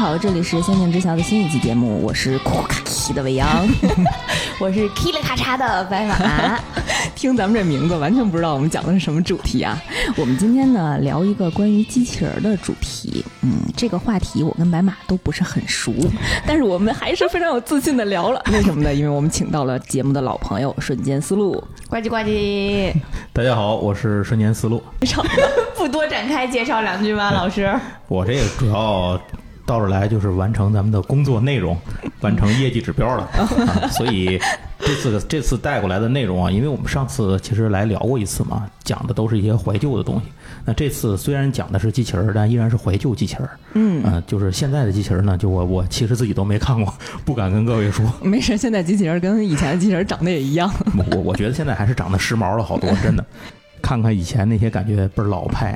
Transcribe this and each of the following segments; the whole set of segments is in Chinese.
好，这里是《仙境之桥》的新一期节目，我是库卡奇的未央， 我是噼里咔嚓的白马。 听咱们这名字，完全不知道我们讲的是什么主题啊！我们今天呢聊一个关于机器人儿的主题。嗯，这个话题我跟白马都不是很 熟，但是我们还是非常有自信的聊了。为什么呢？因为我们请到了节目的老朋友瞬间思路。呱唧呱 唧，大家好，我是瞬间思路。不多展开介绍两句吗，老师？我这个主要到这儿来就是完成咱们的工作内容，完成业绩指标了。啊、所以这次的这次带过来的内容啊，因为我们上次其实来聊过一次嘛，讲的都是一些怀旧的东西。那这次虽然讲的是机器人儿，但依然是怀旧机器人儿。嗯、就是现在的机器人呢，就我我其实自己都没看过， 不敢跟各位说。 没事，现在机器人儿跟以前的机器人儿长得也一样。我我觉得现在还是长得时髦了好多，真的。看看以前那些感觉倍儿老派，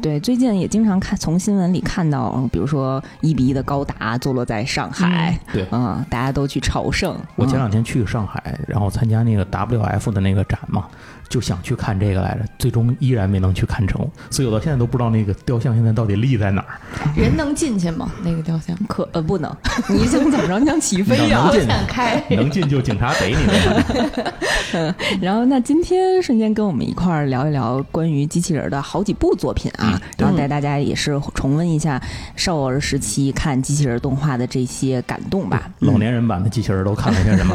对，最近也经常看从新闻里看到，嗯比如说一比一的高达坐落在上海，对啊、大家都去朝圣。我前嗯两天去上海，然后参加那个 WF 的那个展嘛，就想去看这个来着，最终依然没能去看成，所以我到现在都不知道那个雕像现在到底立在哪儿。人能进去吗？那个雕像？可呃不能， 你想怎么着？你想起飞呀、能进想开。能进就警察逮你呗。然后，那今天瞬间跟我们一块儿聊一聊关于机器人的好几部作品啊，然后带大家也是重温一下少儿时期看机器人动画的这些感动吧。老年人版的机器人都看了些什么？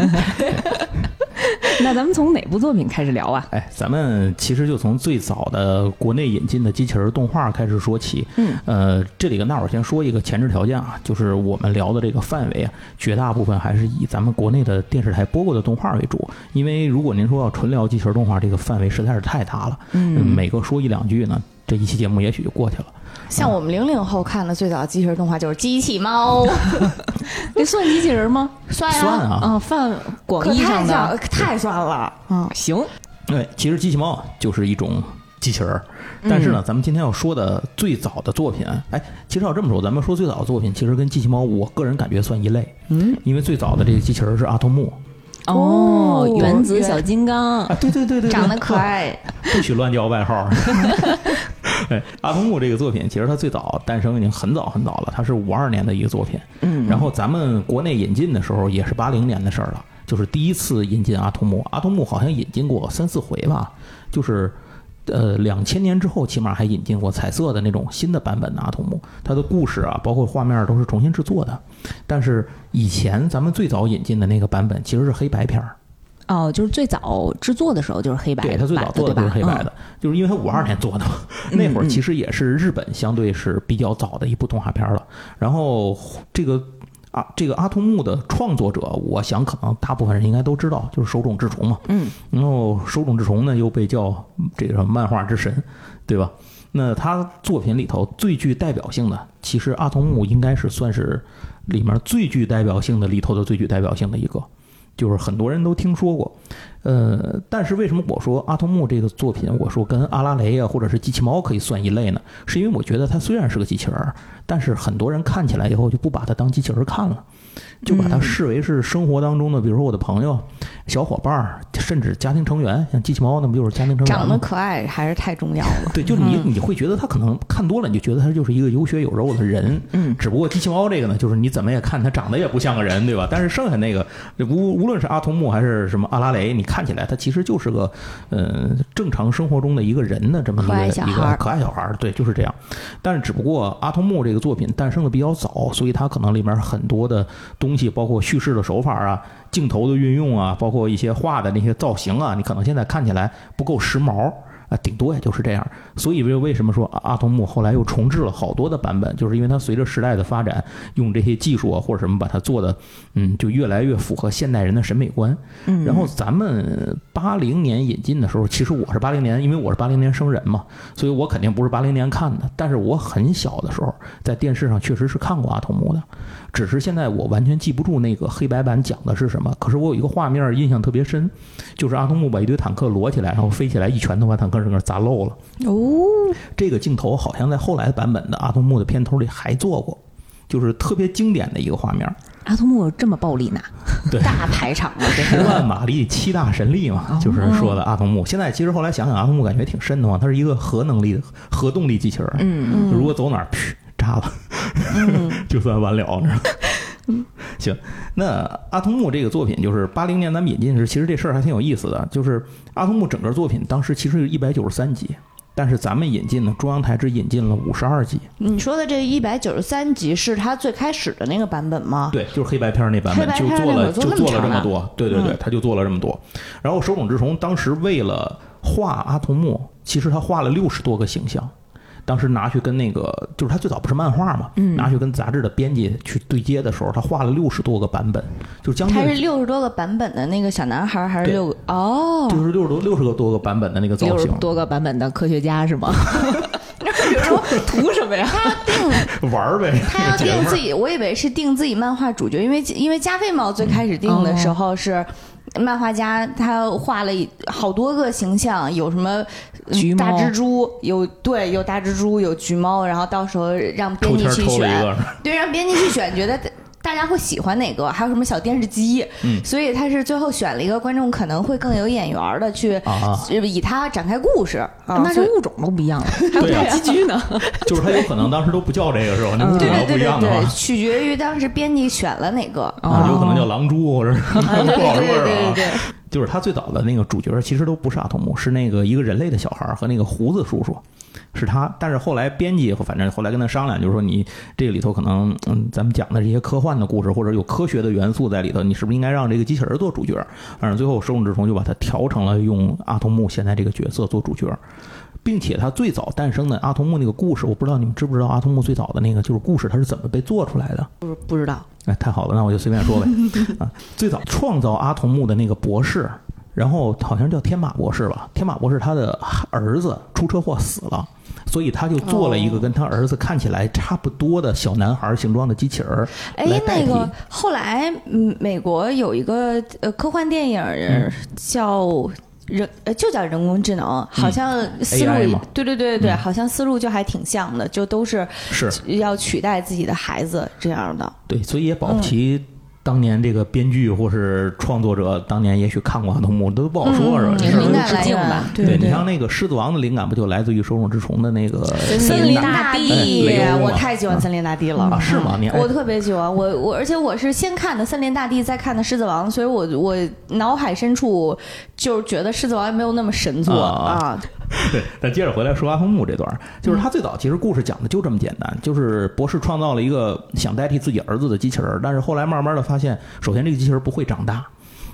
那咱们从哪部作品开始聊啊？哎，咱们其实就从最早的国内引进的机器人动画开始说起。嗯，呃，这里跟大伙儿先说一个前置条件啊，就是我们聊的这个范围啊，绝大部分还是以咱们国内的电视台播过的动画为主。因为如果您说要纯聊机器人动画，这个范围实在是太大了，嗯，每个说一两句呢，这一期节目也许就过去了。像我们零零后看的最早的机器人动画就是《机器猫》，这算机器人吗？算啊，算啊啊，泛广 可义太上像的太算了。嗯，行，对，其实机器猫啊就是一种机器人儿，但是呢，咱们今天要说的最早的作品，哎，其实要这么说，咱们说最早的作品，其实跟机器猫，我个人感觉算一类，嗯，因为最早的这个机器人是阿童木，哦哦，原子小金刚啊，对对对对，对长得可，爱， 不许乱叫外号儿。 哎，阿童木这个作品，其实它最早诞生已经很早很早了，它是五二年的一个作品。嗯，然后咱们国内引进的时候也是八零年的事儿了，就是第一次引进阿童木。阿童木好像引进过三四回吧，就是。呃，两千年之后，起码还引进过彩色的那种新的版本的阿童木，它的故事啊，包括画面儿都是重新制作的。但是以前咱们最早引进的那个版本其实是黑白片儿，哦，就是最早制作的时候就是黑白对他版最的，早做对的吧？就是黑白嗯的，就是因为他五二年做的嘛，那会儿其实也是日本相对是比较早的一部动画片了。然后这个啊，这个阿童木的创作者，我想可能大部分人应该都知道，就是手冢治虫嘛。嗯，然后手冢治虫呢又被叫这个漫画之神，对吧？那他作品里头最具代表性的，其实阿童木应该是算是里面最具代表性的里头的最具代表性的一个，就是很多人都听说过。呃，但是为什么我说阿童木这个作品，我说跟阿拉蕾啊或者是机器猫可以算一类呢？是因为我觉得它虽然是个机器人儿，但是很多人看起来以后就不把它当机器人儿看了，就把它视为是生活当中的，比如说我的朋友、小伙伴儿，甚至家庭成员。像机器猫，那不就是家庭成员长得吗？可爱还是太重要了。对，就是嗯你，你会觉得他可能看多了，你就觉得他就是一个有血有肉的人。嗯，只不过机器猫这个呢，就是你怎么也看它长得也不像个人，对吧？但是剩下那个，无无论是阿童木还是什么阿拉蕾，你看起来它其实就是个，呃，正常生活中的一个人的这么一可爱个小一孩儿个可爱小孩儿，对，就是这样。但是只不过阿童木这个作品诞生的比较早，所以它可能里面很多的东西，包括叙事的手法啊、镜头的运用啊，包括一些画的那些造型啊，你可能现在看起来不够时髦。啊，顶多也就是这样。所以为为什么说啊阿阿童木后来又重置了好多的版本，就是因为它随着时代的发展，用这些技术啊或者什么把它做的，嗯，就越来越符合现代人的审美观。嗯，然后咱们八零年引进的时候，其实我是八零年，因为我是八零年生人嘛，所以我肯定不是八零年看的。但是我很小的时候在电视上确实是看过阿童木的，只是现在我完全记不住那个黑白版讲的是什么。可是我有一个画面印象特别深，就是阿童木把一堆坦克摞起来，然后飞起来，一拳头把坦克整个砸漏了。哦，这个镜头好像在后来版本的阿童木的片头里还做过，就是特别经典的一个画面。阿童木有这么暴力呢？对大排场了， 真十是。万马力七大神力嘛，就是说的阿童木。现在其实后来想想，阿童木感嗯觉挺深的嘛，它是一个核能力的核动力机器人。嗯，如果走哪儿，噗，炸了，嗯， 就算完了。行，那阿童木这个作品就是八零年咱们引进时，其实这事儿还挺有意思的。就是阿童木整个作品当时其实有一百九十三集，但是咱们引进呢，中央台只引进了五十二集。你说的这一百九十三集是他最开始的那个版本吗？对，就是黑白片儿那版本，啊黑就白片儿做那会儿做了就那么做了长这么啊多，对对对，他就做了这么多。然后手冢治虫当时为了画阿童木，其实他画了六十多个形象。当时拿去跟那个，就是他最早不是漫画嘛，嗯拿去跟杂志的编辑去对接的时候，他画了六十多个版本，就将近他是六十多个版本的那个小男孩，还是对六个？哦， 就是六十多六十个多个版本的那个造六十型，多个版本的科学家是吗？比如说图什么呀？玩儿呗。他要这个定 节目自己，我以为是定自己漫画主角，因为因为加菲猫最开始定的时哦候是。漫画家他画了一好多个形象，有什么嗯橘猫大蜘蛛，有对有大蜘蛛，有橘猫，然后到时候让编抽辑签儿去抽了一选，个，对，让编辑去选，觉得大家会喜欢哪个，还有什么小电视机，嗯所以他是最后选了一个观众可能会更有眼缘儿的去，啊呃以他展开故事。啊那所这以物种都不一样了，还有对啊大寄居呢。 就是他有可能当时都不叫这个是 吧？那物嗯种对要对不对一样对的话对，，取决于当时编辑选了哪个。啊，有可能哦叫狼蛛或者是 不好啊对对说对是对吧？对。就是他最早的那个主角其实都不是阿童木，是那个一个人类的小孩儿和那个胡子叔叔。是他，但是后来编辑反正后来跟他商量，就是说你这个里头可能，嗯，咱们讲的这些科幻的故事或者有科学的元素在里头，你是不是应该让这个机器人做主角？反正最后手冢治虫就把它调成了用阿童木现在这个角色做主角，嗯并且他最早诞生的阿童木那个故事，我不知道你们知不知道阿童木最早的那个就是故事它是怎么被做出来的？不不知道，哎，太好了，那我就随便说呗。啊，最早创造阿童木的那个博士，然后好像叫天马博士吧，天马博士他的儿子出车祸死了。所以他就做了一个跟他儿子看起来差不多的小男孩形状的机器人儿哎来，代那替。个后来，嗯，美国有一个呃科幻电影儿叫人，呃就叫人工智能，好像思路 AI 嘛，对对对对对，嗯好像思路就还挺像的，就都是是要取代自己的孩子这样的。对，所以也保不齐当年这个编剧或是创作者当年也许看过阿童木，都不好说是吧？嗯这事儿灵都感致来敬源吧对对你对。像那个《狮子王》的灵感不就来自于手冢治虫的那个森林大大地雷欧嘛我太喜欢森林大地了啊？是吗？你还我特别喜欢我我，而且我是先看的《森林大地》，再看的《狮子王》，所以我我脑海深处就是觉得《狮子王》也没有那么神作啊啊。 对，咱接着回来说阿童木这段儿，就是他最早其实故事讲的就这么简单，就是博士创造了一个想代替自己儿子的机器人儿，但是后来慢慢的发现，首先这个机器人儿不会长大。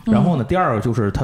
然后呢？第二个就是他，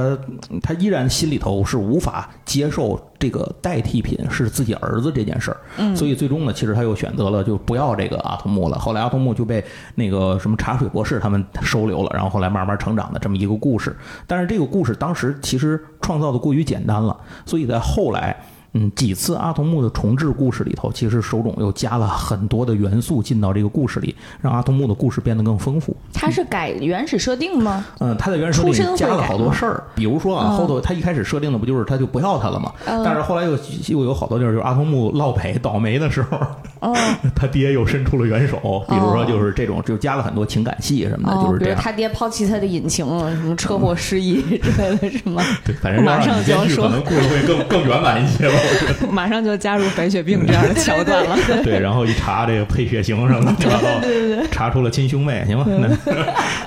他依然心里头是无法接受这个代替品是自己儿子这件事儿，嗯所以最终呢，其实他又选择了就不要这个阿童木了。后来阿童木就被那个什么茶水博士他们收留了，然后后来慢慢成长的这么一个故事。但是这个故事当时其实创造的过于简单了，所以在后来。嗯，几次阿童木的重置故事里头，其实手冢又加了很多的元素进到这个故事里，让阿童木的故事变得更丰富。它是改原始设定吗？嗯，他在原始设出身定会里加了改好多吗事儿，比如说啊，嗯后头他一开始设定的不就是他就不要他了嘛，嗯但是后来又又有好多地儿，就是阿童木落北倒霉的时候，嗯哦，他爹又伸出了援手，哦比如说就是这种，就加了很多情感戏什么的，哦就是比这如样。他爹抛弃他的引擎，什么车祸失忆 之类的，是吗？对，反正马让上你就要编剧可说能故事会更更圆满一些吧，我觉得。马上就加入白血病这样的桥段 了。对，然后一查这个配血型什么乱七八糟，查出了亲兄妹，行吧？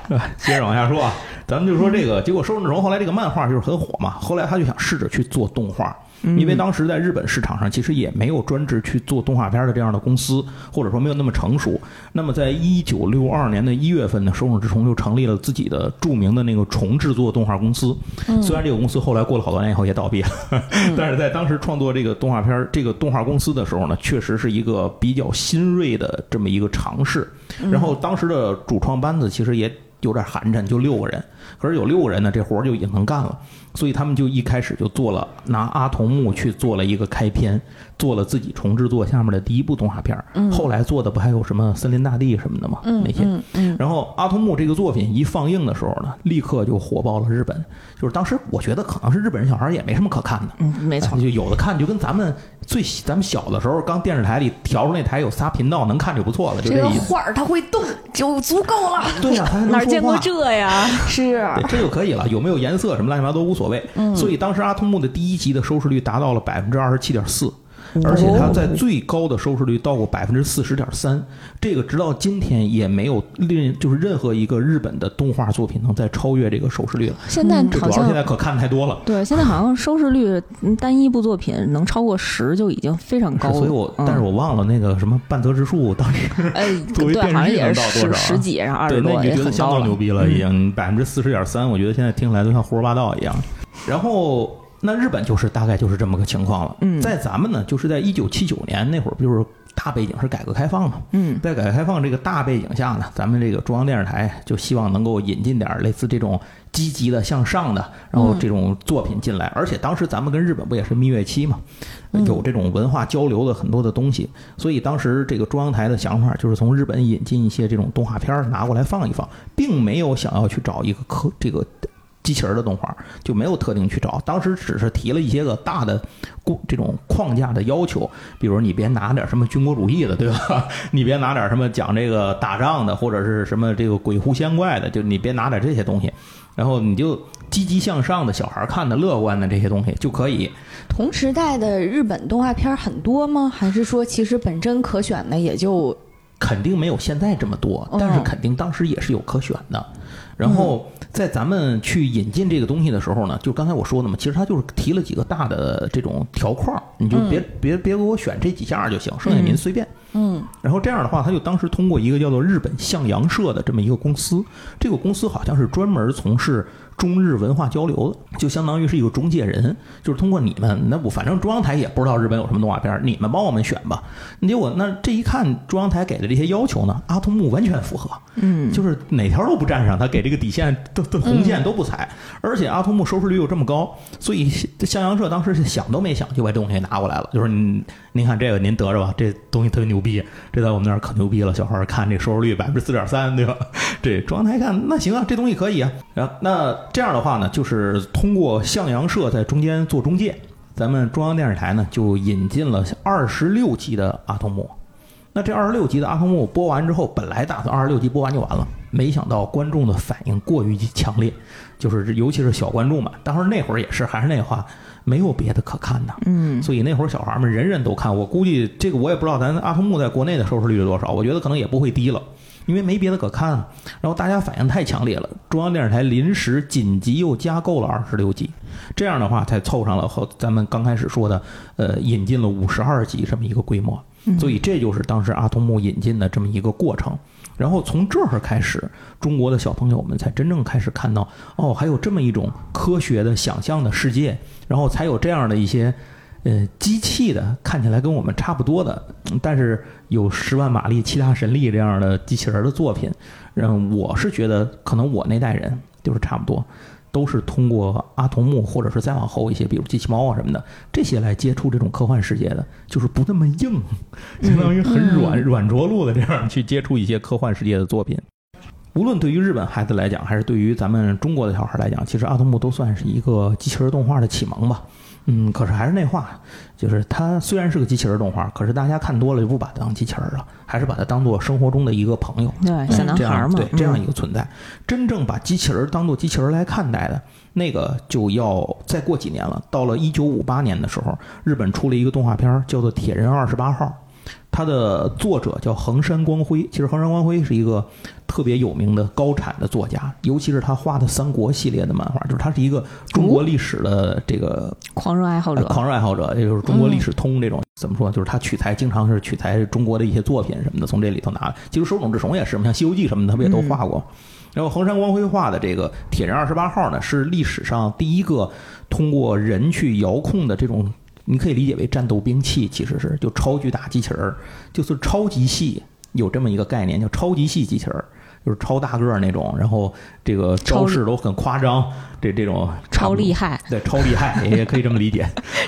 那接着往下说啊，咱们就说这个，结果《收容荣》后来这个漫画就是很火嘛，后来他就想试着去做动画。因为当时在日本市场上，其实也没有专职去做动画片的这样的公司，或者说没有那么成熟。那么，在一九六二年的一月份呢，手冢治虫就成立了自己的著名的那个重制作动画公司。虽然这个公司后来过了好多年以后也倒闭了，嗯但是在当时创作这个动画片儿、这个动画公司的时候呢，确实是一个比较新锐的这么一个尝试。嗯然后当时的主创班子其实也有点寒碜，就六个人。可是有六个人呢，这活儿就已经能干了，所以他们就一开始就做了拿阿童木去做了一个开篇，做了自己重制作下面的第一部动画片儿。后来做的不还有什么《森林大地》什么的吗？那些。嗯嗯，然后《阿童木》这个作品一放映的时候呢，立刻就火爆了日本。就是当时我觉得可能是日本人小孩儿也没什么可看的，嗯，没哎就有的看，就跟咱们最咱们小的时候，刚电视台里调出那台有仨频道能看就不错了，就这个意思。画儿它会动就足够了。对呀、他还能哪儿说见过话这呀？是，啊对，这就可以了。有没有颜嗯色什么乱七八糟都无所谓。所以当时阿童木的第一集的收视率达到了百分之二十七点四，嗯而哦且它在最高的收视率到过百分之四十点三，这个直到今天也没有另就是任何一个日本的动画作品能再超越这个收视率了。现在嗯这主好要是像现在可看太多了。对，现在好像收视率嗯单一部作品能超过十就已经非常高了。所以我，嗯但是我忘了那个什么半泽直树到底是哎，作为对，电视好像剧也能是到多十少啊十几，然后二对，十那多，你也就觉得很相高当了。嗯牛逼了，已经百分之四十点三，我觉得现在听起来都像胡说八道一样。然后，那日本就是大概就是这么个情况了。嗯在咱们呢，就是在一九七九年那会儿，就是大背景是改革开放嘛。嗯，在改革开放这个大背景下呢，咱们这个中央电视台就希望能够引进点儿类似这种积极的向上的，然后这种作品进来。而且当时咱们跟日本不也是蜜月期嘛，有这种文化交流的很多的东西。所以当时这个中央台的想法就是从日本引进一些这种动画片儿拿过来放一放，并没有想要去找一个科这个。机器人儿的动画就没有特定去找，当时只是提了一些个大的固这种框架的要求，比如你别拿点什么军国主义的，对吧？你别拿点什么讲这个打仗的，或者是什么这个鬼狐仙怪的，就你别拿点这些东西，然后你就积极向上的小孩儿看的乐观的这些东西就可以。同时代的日本动画片儿很多吗？还是说其实本身可选的也就肯定没有现在这么多，嗯但是肯定当时也是有可选的。然后在咱们去引进这个东西的时候呢，就刚才我说的嘛，其实它就是提了几个大的这种条框，你就别、别别给我选这几项就行，剩下您随便。嗯，然后这样的话，他就当时通过一个叫做日本向阳社的这么一个公司，这个公司好像是专门从事中日文化交流的，就相当于是一个中介人，就是通过你们，那我反正中央台也不知道日本有什么动画片儿，你们帮我们选吧。结果那这一看，中央台给的这些要求呢，阿童木完全符合，嗯，就是哪条都不占上，他给这个底线都都红线都不踩，而且阿童木收视率又这么高，所以向阳社当时是想都没想就把这东西拿过来了，就是您您看这个您得着吧，这东西特别牛逼，这在我们那儿可牛逼了，小孩儿看这收视率百分之四点三，对吧？ 这中央台看那行啊，这东西可以啊，然后那这样的话呢，就是通过向阳社在中间做中介。咱们中央电视台呢就引进了二十六集的《阿童木》。那这二十六集的《阿童木》播完之后，本来打算二十六集播完就完了，没想到观众的反应过于强烈，就是尤其是小观众嘛。当时那会儿也是，还是那话，没有别的可看的，嗯，所以那会儿小孩们人人都看。我估计这个我也不知道咱《阿童木》在国内的收视率是多少，我觉得可能也不会低了。因为没别的可看啊，然后大家反应太强烈了，中央电视台临时紧急又加购了二十六集，这样的话才凑上了和咱们刚开始说的，呃，引进了五十二集这么一个规模。所以这就是当时阿童木引进的这么一个过程。然后从这儿开始，中国的小朋友们才真正开始看到，哦，还有这么一种科学的想象的世界，然后才有这样的一些，呃，机器的看起来跟我们差不多的，嗯但是有十万马力、七大神力这样的机器人的作品。嗯，我是觉得可能我那代人就是差不多，都是通过阿童木或者是再往后一些，比如机器猫啊什么的这些来接触这种科幻世界的，就是不那么硬，相当于很软、软着陆的这样去接触一些科幻世界的作品。无论对于日本孩子来讲，还是对于咱们中国的小孩来讲，其实阿童木都算是一个机器人动画的启蒙吧。嗯，可是还是那话，就是它虽然是个机器人动画，可是大家看多了就不把它当机器人了，还是把它当做生活中的一个朋友。对，小男嗯这孩样儿嘛，对这样嗯一个存在。真正把机器人儿当做机器人儿来看待的那个，就要再过几年了。到了一九五八年的时候，日本出了一个动画片儿，叫做《铁人二十八号》，它的作者叫横山光辉。其实横山光辉是一个特别有名的高产的作家，尤其是他画的三国系列的漫画，就是他是一个中国历史的这个狂热爱好呃者，狂热爱好者，也嗯就是中国历史通这种，怎么说？就是他取材经常是取材中国的一些作品什么的，从这里头拿。其实手冢治虫也是嘛，像《西游记》什么的，他不也都画过？然后横山光辉画的这个《铁人二十八号》呢，是历史上第一个通过人去遥控的这种。你可以理解为战斗兵器，其实是就超巨大机器人儿，就是超级系有这么一个概念，叫超级系机器人儿，就是超大个儿那种，然后这个超招式都很夸张，这这种超厉 害，害，对，超厉害也也可以这么 理解，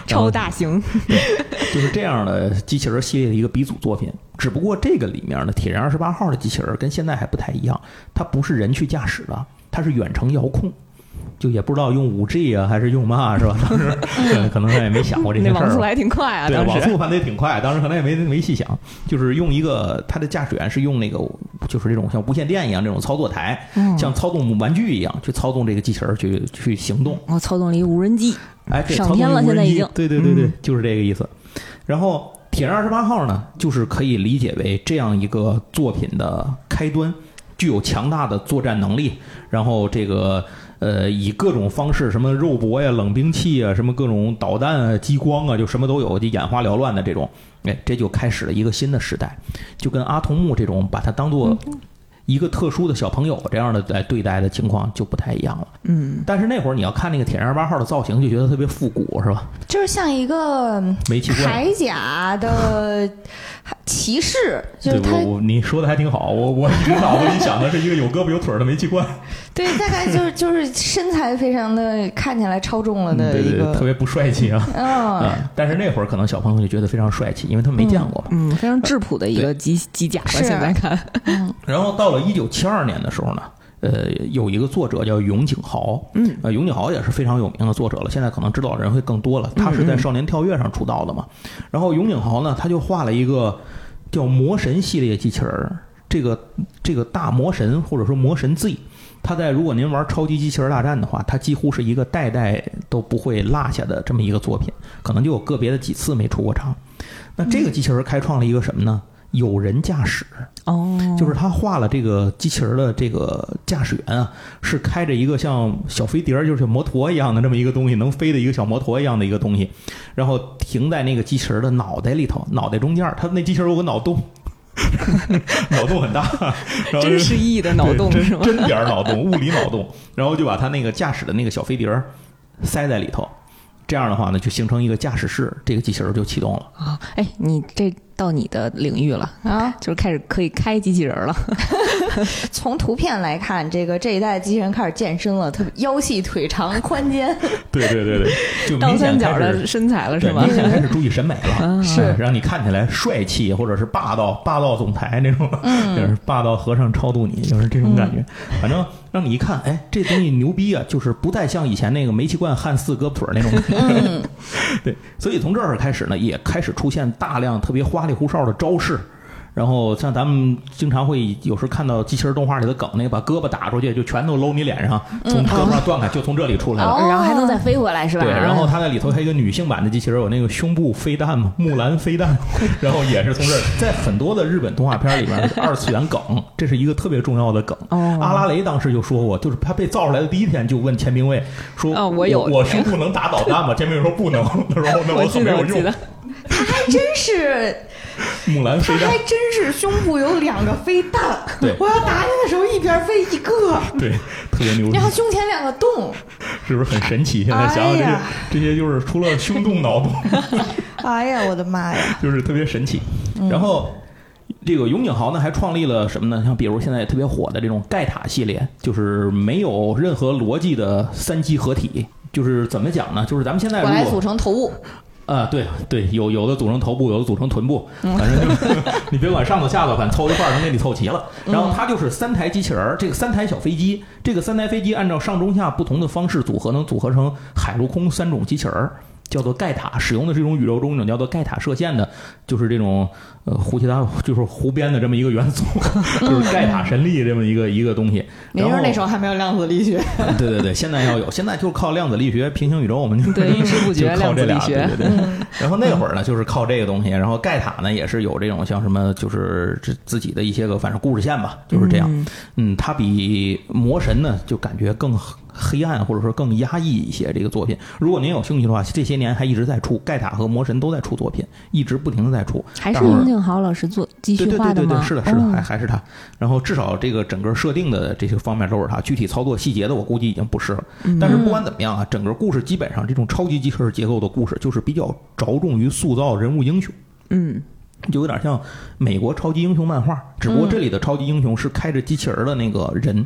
然后超大型，就是这样的机器人系列的一个鼻祖作品。只不过这个里面呢，铁人二十八号的机器人跟现在还不太一样，它不是人去驾驶的，它是远程遥控。就也不知道用五 G 啊，还是用嘛，是吧？当时对可能他也没想过这些那事儿网吧。速还挺快啊，对，当网时。速反得也挺快，当时可能也没没细想，就是用一个它的驾驶员是用那个就是这种像无线电一样这种操作台，嗯像操纵玩具一样去操纵这个机器人去去行动。我操纵了一无人机，哎，对，上操纵天了无现人在已机经对对对对嗯，就是这个意思。然后《铁人二十八号》呢，就是可以理解为这样一个作品的开端，具有强大的作战能力，然后这个呃，以各种方式，什么肉搏呀、冷兵器啊，什么各种导弹啊、激光啊，就什么都有，就眼花缭乱的这种，哎，这就开始了一个新的时代，就跟阿童木这种把它当做嗯一个特殊的小朋友这样的来对待的情况就不太一样了。嗯，但是那会儿你要看那个铁人二十八号的造型，就觉得特别复古，是吧？就是像一个嗯煤气罐。铠甲的骑士，就是他对，我我你说的还挺好，我我一脑子里想的是一个有胳膊有腿儿的煤气罐， 对，大概就是 就是身材非常的看起来超重了的对一对，对特个，别不帅气啊。嗯，啊，但是那会儿可能小朋友就觉得非常帅气，因为他没见过嘛。嗯，非常质朴的一个机机甲吧，啊是现在 看，嗯然后到了一九七二年的时候呢，呃，有一个作者叫永井豪，嗯，呃，永井豪也是非常有名的作者了，现在可能知道的人会更多了。他是在《少年跳跃》上出道的嘛。然后永井豪呢，他就画了一个叫魔神系列机器人儿，这个这个大魔神或者说魔神 Z。他在如果您玩超级机器人大战的话，它几乎是一个代代都不会落下的这么一个作品，可能就有个别的几次没出过场。那这个机器人开创了一个什么呢？有人驾驶，哦，就是他画了这个机器人的这个驾驶员啊，是开着一个像小飞碟儿，就是摩托一样的这么一个东西，能飞的一个小摩托一样的一个东西，然后停在那个机器人的脑袋里头，脑袋中间儿，他那机器人有个脑洞， 脑洞很大，然后就真实意义的脑对洞真是吗？真点儿脑洞，物理脑洞，然后就把他那个驾驶的那个小飞碟儿塞在里头，这样的话呢，就形成一个驾驶室，这个机器人就启动了。啊，哎，你这到你的领域了，啊，就是开始可以开机器人了。从图片来看，这个这一代机器人开始健身了，特别腰细腿长宽肩，对对对对，就倒明显三角开始的身材了对，是嗯吗明？显开始注意审美 了，是哎让你看起来帅气或者是霸道霸道总裁那种，嗯 就是霸道和尚超度你，就是这种感觉。反正让你一看，哎，这东西牛逼啊，就是不再像以前那个煤气罐焊四胳膊腿儿那种感嗯觉。 对，所以从这儿开始呢，也开始出现大量特别花里胡哨的招式。然后像咱们经常会有时看到机器人动画里的梗，那个把胳膊打出去就全都搂你脸上，嗯从胳哦膊上断开，就从这里出来了。 哦然后还能再飞回来是吧？嗯对，然后它那里头还有一个女性版的机器人，有那个胸部飞 弹嘛，木兰飞弹， 然后也是从这儿，在很多的日本动画片里面，二次元梗，这是一个特别重要的梗。哦阿拉蕾当时就说过，就是他被造出来的第一天就问前兵卫说：“啊我我有我胸部能打导 弹吗？”前兵卫说：“不能。” 他说：“那我很记没得，有我记用得。，还真是，木兰他飞 弹还，真是胸部有两个飞弹，对我要打你的时候一边飞一个，对，特别牛逼然，后胸前两个洞，是不是很神奇？现在想想这哎些呀，这些就是除了胸动脑动，哎呀，我的妈呀，就是特别神奇。然后这个永井豪呢，还创立了什么呢？像比如现在特别火的这种盖塔系列，就是没有任何逻辑的三机合体。就是怎么讲呢？就是咱们现在我来如组果成头部，啊，对对，有有的组成头部，有的组成臀部，嗯反正就是 你别管上头下头，反正凑一块儿能给你凑齐了。嗯然后它就是三台机器人儿，这个三台小飞机，这个三台飞机按照上中下不同的方式组合，能组合成海陆空三种机器人儿。叫做盖塔，使用的是一种宇宙中一种叫做盖塔射线的，就是这种呃胡其他就是湖边的这么一个元素， 就是盖塔神力这么一个一个东西。没然准后儿那时候还没有量子力学， 对对对，现在要有，现在就是靠量子力学、平行宇宙，我们就 对一知不觉就靠这俩量子力学嗯对对对。然后那会儿呢，就是靠这个东西，然后盖塔呢也是有这种像什么，就是这自己的一些个反正故事线吧，就是这样。嗯，它比魔神呢就感觉更黑暗或者说更压抑一些。这个作品，如果您有兴趣的话，这些年还一直在出，盖塔和魔神都在出作品，一直不停的在出。还是大伙儿永井豪老师做继对续对画的对对对，吗？是的，是的，哦还还是他。然后至少这个整个设定的这些方面都是他，具体操作细节的我估计已经不是了。嗯但是不管怎么样啊，整个故事基本上这种超级机器人结构的故事，就是比较着重于塑造人物英雄，嗯，就有点像美国超级英雄漫画，只不嗯过这里的超级英雄是开着机器人的那个人，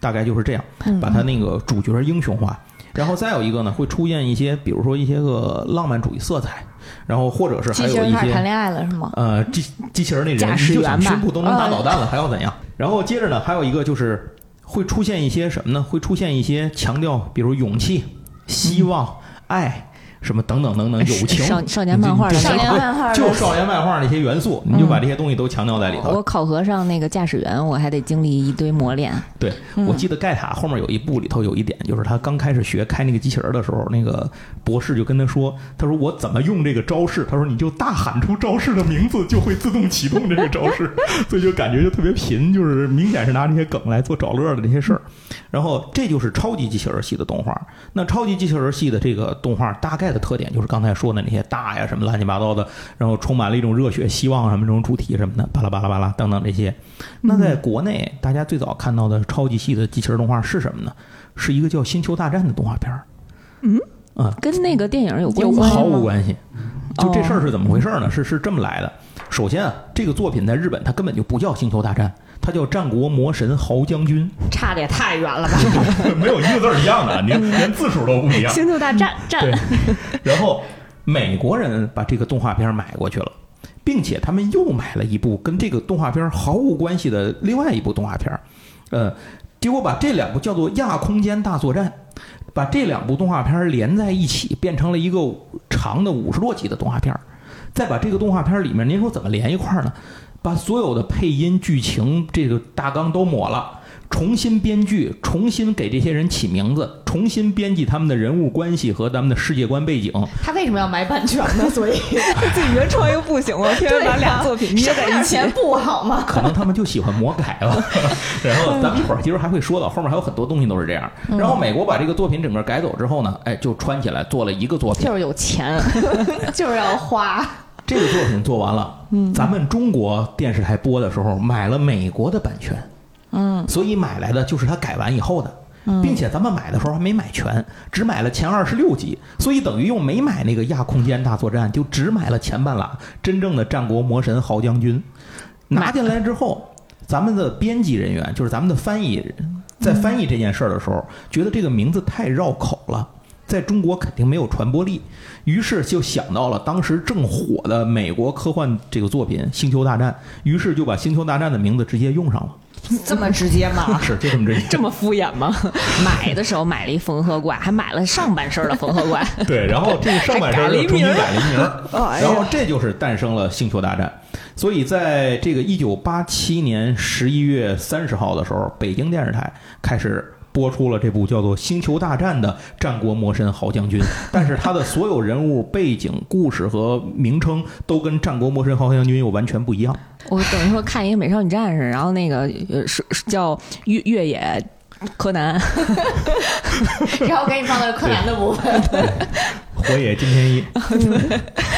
大概就是这样，嗯把嗯他那个主角英雄化。然后再有一个呢，会出现一些，比如说一些个浪漫主义色彩，然后或者是还机器有人一开始些谈恋爱了是吗？呃，机机器人那驾人驶你就员想吧胸部都能打呃导弹了，还要怎样？然后接着呢，还有一个就是会出现一些什么呢？会出现一些强调，比如勇气、希望、爱。什么等等等等，友情哎少少年漫画的你少年漫画对的就少年漫画那些元素，你就把这些东西都强调在里头。我考核上那个驾驶员，我还得经历一堆磨练。对，我记得盖塔后面有一部里头有一点，就是他刚开始学开那个机器人的时候，那个博士就跟他说：“他说我怎么用这个招式？他说你就大喊出招式的名字，就会自动启动这个招式。”所以就感觉就特别贫，就是明显是拿这些梗来做找乐的这些事儿。然后这就是超级机器人系的动画。那超级机器人系的这个动画大概的特点就是刚才说的那些大呀什么乱七八糟的，然后充满了一种热血、希望什么这种主题什么的，巴拉巴拉巴拉等等这些。那在国内，大家最早看到的超级系的机器人动画是什么呢？是一个叫《星球大战》的动画片儿。嗯，啊，跟那个电影有关有系关吗？毫无关系。就这哦事儿是怎么回事呢？是是这么来的。首先啊，这个作品在日本它根本就不叫《星球大战》，它叫《战国魔神豪将军差的也太远了吧！》， 嗯没有一个字儿一样的，连连字数都不一样。星球大战战对，然后美国人把这个动画片买过去了，并且他们又买了一部跟这个动画片毫无关系的另外一部动画片，呃，结果把这两部叫做《亚空间大作战》，把这两部动画片连在一起，变成了一个长的五十多集的动画片。再把这个动画片里面，您说怎么连一块儿呢？把所有的配音、剧情这个大纲都抹了，重新编剧，重新给这些人起名字，重新编辑他们的人物关系和他们的世界观背景。他为什么要买版权呢？所以 自己原创又不行吗？偏把俩作品省点钱不好吗？可能他们就喜欢魔改了。 然后咱们一会儿其实还会说到，后面还有很多东西都是这样。然后美国把这个作品整个改走之后呢，哎，就穿起来做了一个作品。就是有钱，就是要花。这个作品做完了，咱们中国电视台播的时候买了美国的版权，嗯，所以买来的就是它改完以后的。并且咱们买的时候还没买全，只买了前二十六集，所以等于又没买那个亚空间大作战，就只买了前半拉真正的战国魔神豪将军。拿进来之后，咱们的编辑人员就是咱们的翻译人，在翻译这件事儿的时候，觉得这个名字太绕口了，在中国肯定没有传播力，于是就想到了当时正火的美国科幻这个作品《星球大战》，于是就把《星球大战》的名字直接用上了。这么直接吗？是，啊就这么直接。这么敷衍吗？买的时候买了一缝合怪，还买了上半身的缝合怪。对，然后这个上半身儿就重新改了一名儿，哎呀然后这就是诞生了《星球大战》。所以在这个一九八七年十一月三十号的时候，北京电视台开始。播出了这部叫做《星球大战》的战国魔神豪将军， 但是他的所有人物背景、故事和名称都跟战国魔神豪将军又完全不一样。我等于说看一个美少女战士，然后那个呃是是叫越越野柯南， 然后给你放到柯南的部分，火野金天一。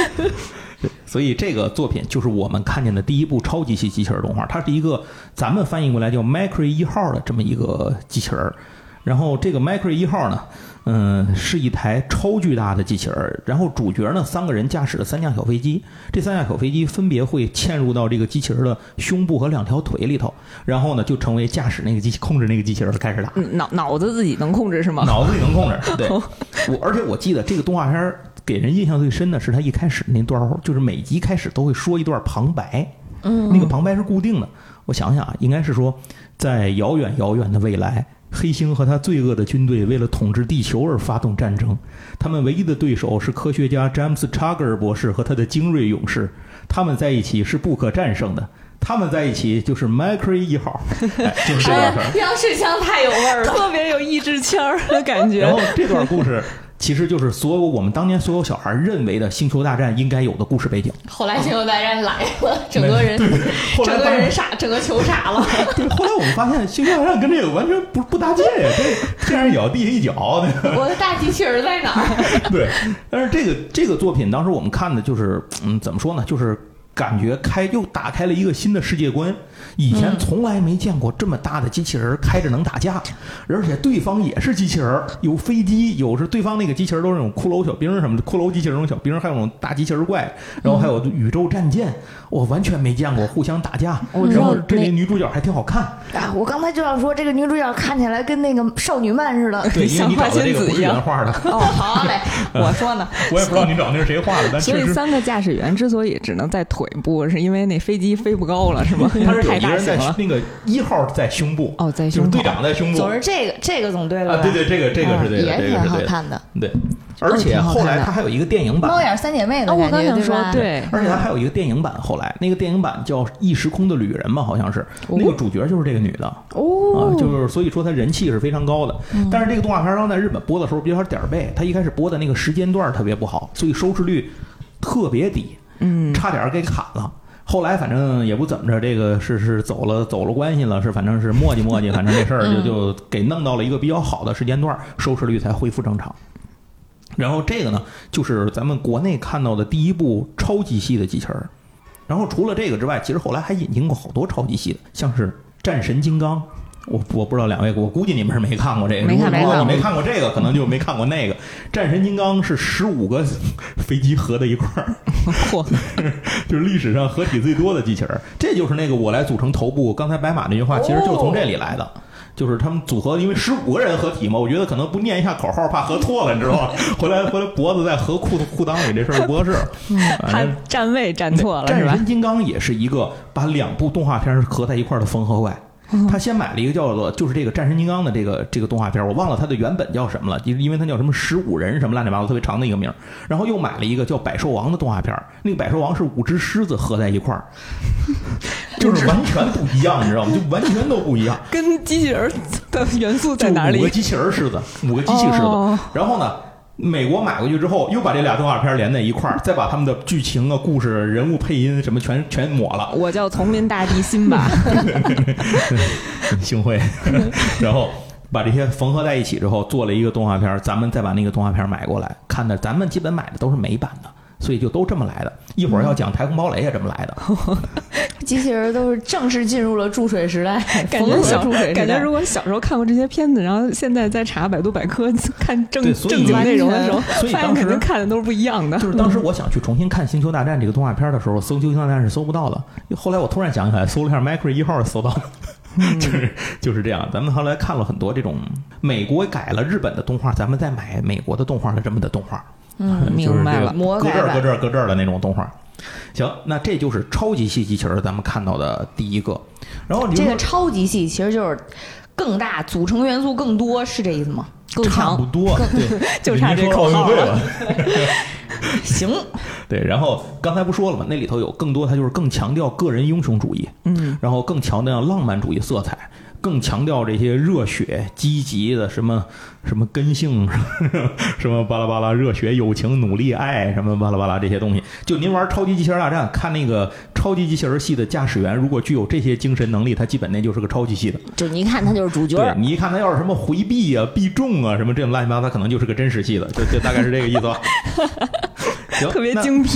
所以这个作品就是我们看见的第一部超级系机器人动画，它是一个咱们翻译过来叫 Micro 一号的这么一个机器人儿。然后这个 Micro 一号呢，嗯，是一台超巨大的机器人儿。然后主角呢，三个人驾驶的三架小飞机，这三架小飞机分别会嵌入到这个机器人的胸部和两条腿里头，然后呢，就成为驾驶那个机器控制那个机器人儿开始打。嗯脑脑子自己能控制是吗？脑子里能控 制。对，我而且我记得这个动画片儿给人印象最深的是它一开始那段儿，就是每集开始都会说一段旁白，嗯，那个旁白是固定的。我想想啊，应该是说，在遥远遥远的未来，黑星和他罪恶的军队为了统治地球而发动战争，他们唯一的对手是科学家詹姆斯·查格尔博士和他的精锐勇士，他们在一起是不可战胜的。他们在一起就是 Mercury 一号， 哎， 就是这件事儿。央视腔太有味儿了。特别有意志签儿的感 然后这段故事其实就是所有我们当年所有小孩认为的《星球大战》应该有的故事背景。后来《星球大战》来了，整个人，后来整发个现人傻，整个球傻 了。对，后来我们发现《星球大战》跟这个完全不不搭界呀，这天上一脚地下一脚，对吧我的大机器人在哪儿？ 对，但是这个这个作品当时我们看的就是，嗯，怎么说呢，就是。感觉开又打开了一个新的世界观，以嗯前从来没见过这么大的机器人开着能打架，而且对方也是机器人，有飞机，有是对方那个机器人都是那种骷髅小兵什么的，骷髅机器人那种小兵，还有那种大机器人怪，然后还有宇宙战舰，我完全没见过互相打架，我知然道后这那里女主角还挺好看，啊，我刚才就要说，这个女主角看起来跟那个少女漫似的。对，因为像你花找的这仙个子不是一样原画的， 哦，好 嘞，我说呢，我也不知道你找那是谁画的，但所确以实三个驾驶员之所以只能在腿部，是因为那飞机飞不高了，是 吗？他是有太一个大人型在了。那个一号在胸部，嗯哦，在就胸口是队。长在胸部。总是这个这个总对了啊，吧？对对，这个这个是对的，也啊这挺个是好对的，看的。对。而且挺好后看的来它还有一个电影版，猫眼三姐妹的哦，我感刚觉，想对说吧，？对，而且它还有一个电影版，后来那个电影版叫《异时空的旅人》吧，好像是哦那个主角就是这个女的啊，哦就是所以说它人气是非常高的。但是这个动画片当在日本播的时候比较点儿背，它一开始播的那个时间段儿特别不好，所以收视率特别低，嗯，差点儿给砍了。后来反正也不怎么着，这个是是走了走了关系了，是反正是磨叽磨叽，反正这事儿嗯就就给弄到了一个比较好的时间段儿，收视率才恢复正常。然后这个呢，就是咱们国内看到的第一部超级系的机器人儿。然后除了这个之外，其实后来还引进过好多超级系的，像是战神金刚。我我不知道两位，我估计你们是没看过这个。没看如没果看你没看过这个，可能就没看过那个。战神金刚是十五个飞机合在一块儿，嚯，就是历史上合体最多的机器人儿，这就是那个我来组成头部。刚才白马那句话其实就是从这里来的，就是他们组合，因为十五个人合体嘛，我觉得可能不念一下口号怕合错了，你知道吗？回来回来脖子再合裤子裤裆里这事儿就不合适。他反正站位站错了是战吧神？金刚也是一个把两部动画片儿合在一块儿的缝合怪。嗯他先买了一个叫做就是这个战神金刚的这个这个动画片儿，我忘了它的原本叫什么了，因因为它叫什么十五人什么乱七八糟特别长的一个名儿。然后又买了一个叫百兽王的动画片儿，那个百兽王是五只狮子合在 一块儿，就是完全不一样，你知道吗？就完全都不一 样。跟机器人儿的元素就在哪五个里？机器人狮子，五个机器狮子。哦然后呢，美国买过去之后，又把这俩动画片儿连在一块儿，再把他们的剧情啊、故事、人物配音什么全全抹了。我叫丛林大地心 吧， 幸会，然后把这些缝合在一起之后，做了一个动画片，儿，咱们再把那个动画片儿买过来看的，咱们基本买的都是美版的。所以就都这么来的，一会儿要讲太空堡垒也这么来的，机器人都是正式进入了注水时代， 感缝觉合小注水时代感觉如果小时候看过这些片子，然后现在再查百度百科看正对所以正经内容的时候，所以发现当时肯定看的都是不一样的。就是当时我想去重新看《星球大战》这个动画片儿的时候，搜《星球大战》是搜不到的。后来我突然想起来，搜了一下《Micro 一号》是搜到的，就是就是这样。咱们后来看了很多这种美国改了日本的动画，咱们再买美国的动画的这么的动画，嗯就是明白这个了，魔搁改这儿版搁这儿搁这儿的那种动画。行，那这就是超级系机器人儿咱们看到的第一个。然后你这就个说超级系其实就是更大，组成元素更多，是这意思吗？更差不强， 多，对，就差这您说口号奥运会了了。行，对，然后刚才不说了吗？那里头有更多，它就是更强调个人英雄主义，嗯，然后更强调浪漫主义色彩，更强调这些热血、积极的什么什么根性， 什么巴拉巴拉热血、友情、努力、爱什么巴拉巴拉这些东西。就您玩超级机器人大战，看那个超级机器人系的驾驶员，如果具有这些精神能力，他基本那就是个超级系的。就你一看他就是主角对你一看他要是什么回避啊、避重啊什么这种乱七八糟，他可能就是个真实系的，就就大概是这个意 思吧。行，特别那精辟。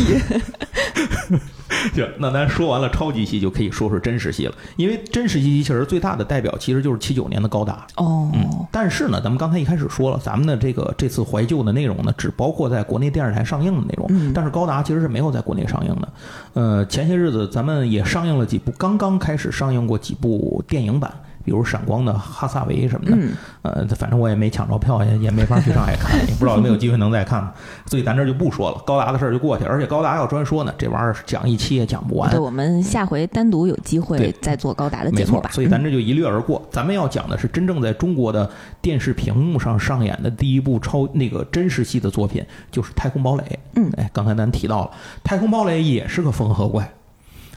行，那咱说完了超级系，就可以说说真实系了。因为真实系机器人最大的代表其实就是七九年的高达。哦嗯，但是呢，咱们刚才一开始说了，咱们的这个这次怀旧的内容呢，只包括在国内电视台上映的内容。嗯但是高达其实是没有在国内上映的。呃，前些日子咱们也上映了几部，刚刚开始上映过几部电影版，比如《闪光的哈萨维》什么的。嗯呃，反正我也没抢着票，也也没法去上海看，也不知道有没有机会能再看，所以咱这儿就不说了。高达的事儿就过去，而且高达要专说呢，这玩意儿讲一期也讲不完。对，我们下回单独有机对会再做高达的没节目错吧，。所以咱这就一掠而过。咱们要讲的是真正在中国的电视屏幕上上演的第一部超那个真实系的作品，就是《太空堡垒》。嗯哎，刚才咱提到了，《太空堡垒》也是个缝合怪。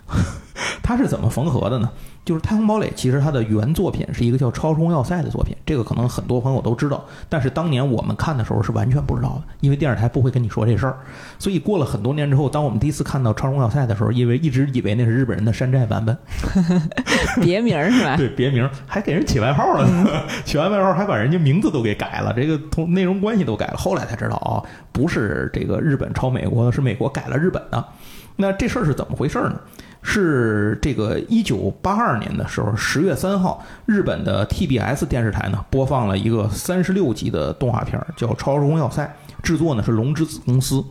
它是怎么缝合的呢？就是《太空堡垒》，其实它的原作品是一个叫《超时空要塞》的作品，这个可能很多朋友都知道，但是当年我们看的时候是完全不知道的，因为电视台不会跟你说这事儿。所以过了很多年之后，当我们第一次看到《超时空要塞》的时候，因为一直以为那是日本人的山寨版本，别名儿是吧？对，别名儿还给人起外号了， 起完外号还把人家名字都给改了，这个同内容关系都改了。后来才知道啊，不是这个日本抄美国的，是美国改了日本的。那这事儿是怎么回事儿呢？是这个一九八二年的时候，十月三号，日本的 TBS 电视台呢播放了一个三十六集的动画片儿，叫《超时空要塞》，制作呢是龙之子公司。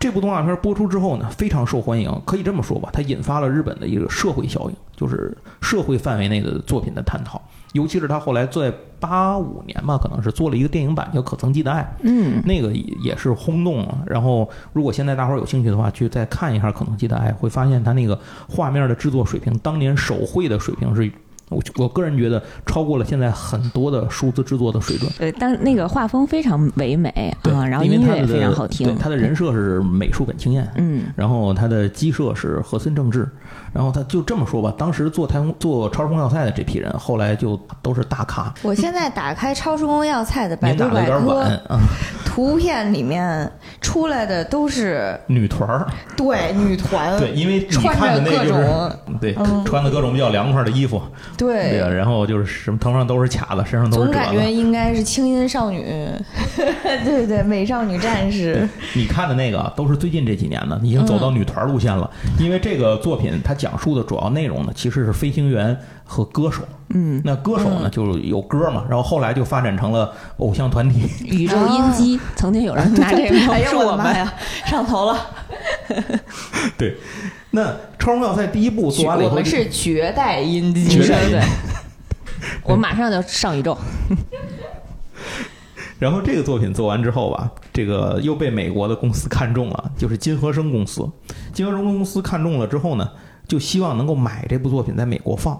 这部动画片播出之后呢，非常受欢迎，可以这么说吧，它引发了日本的一个社会效应，就是社会范围内的作品的探讨，尤其是他后来在八五年吧，可能是做了一个电影版叫《可曾记得爱》，嗯，那个也也是轰动了。然后，如果现在大伙儿有兴趣的话，去再看一下《可能记得爱》，会发现它那个画面的制作水平，当年手绘的水平是我我个人觉得超过了现在很多的数字制作的水准。对，但是那个画风非常唯美对，啊，然后因为音他乐也的非常好听对，他的人设是美术感清彦，嗯，然后他的鸡舍是和森正治，然后他就这么说吧，当时做太空做超时空要塞的这批人，后来就都是大咖。我现在打开超时空要塞的百您度打的有百点晚科，啊，图片里面出来的都是女团儿，对女团，对，因为你呃穿看的着那各就是种嗯对穿的各种比较凉快的衣服，对对啊，，然后就是什么头上都是卡子，身上都总是褶感觉子。应该是青音少女， 对对，美少女战士，你看的那个啊都是最近这几年的，已经走到女团路线了。嗯因为这个作品它讲述的主要内容呢，其实是飞行员和歌手。嗯，那歌手呢就有歌嘛，然后后来就发展成了偶像团体。宇宙音机曾经有人拿这个描哎呦述我我的妈们，呀， 上头了！ 对，那超荣要塞第一部做完了以我后就，们是绝代音机，绝对代对对，我马上就上宇宙， 然后这个作品做完之后吧，这个又被美国的公司看中了，就是金和生公司。金和生公司看中了之后呢，就希望能够买这部作品在美国放。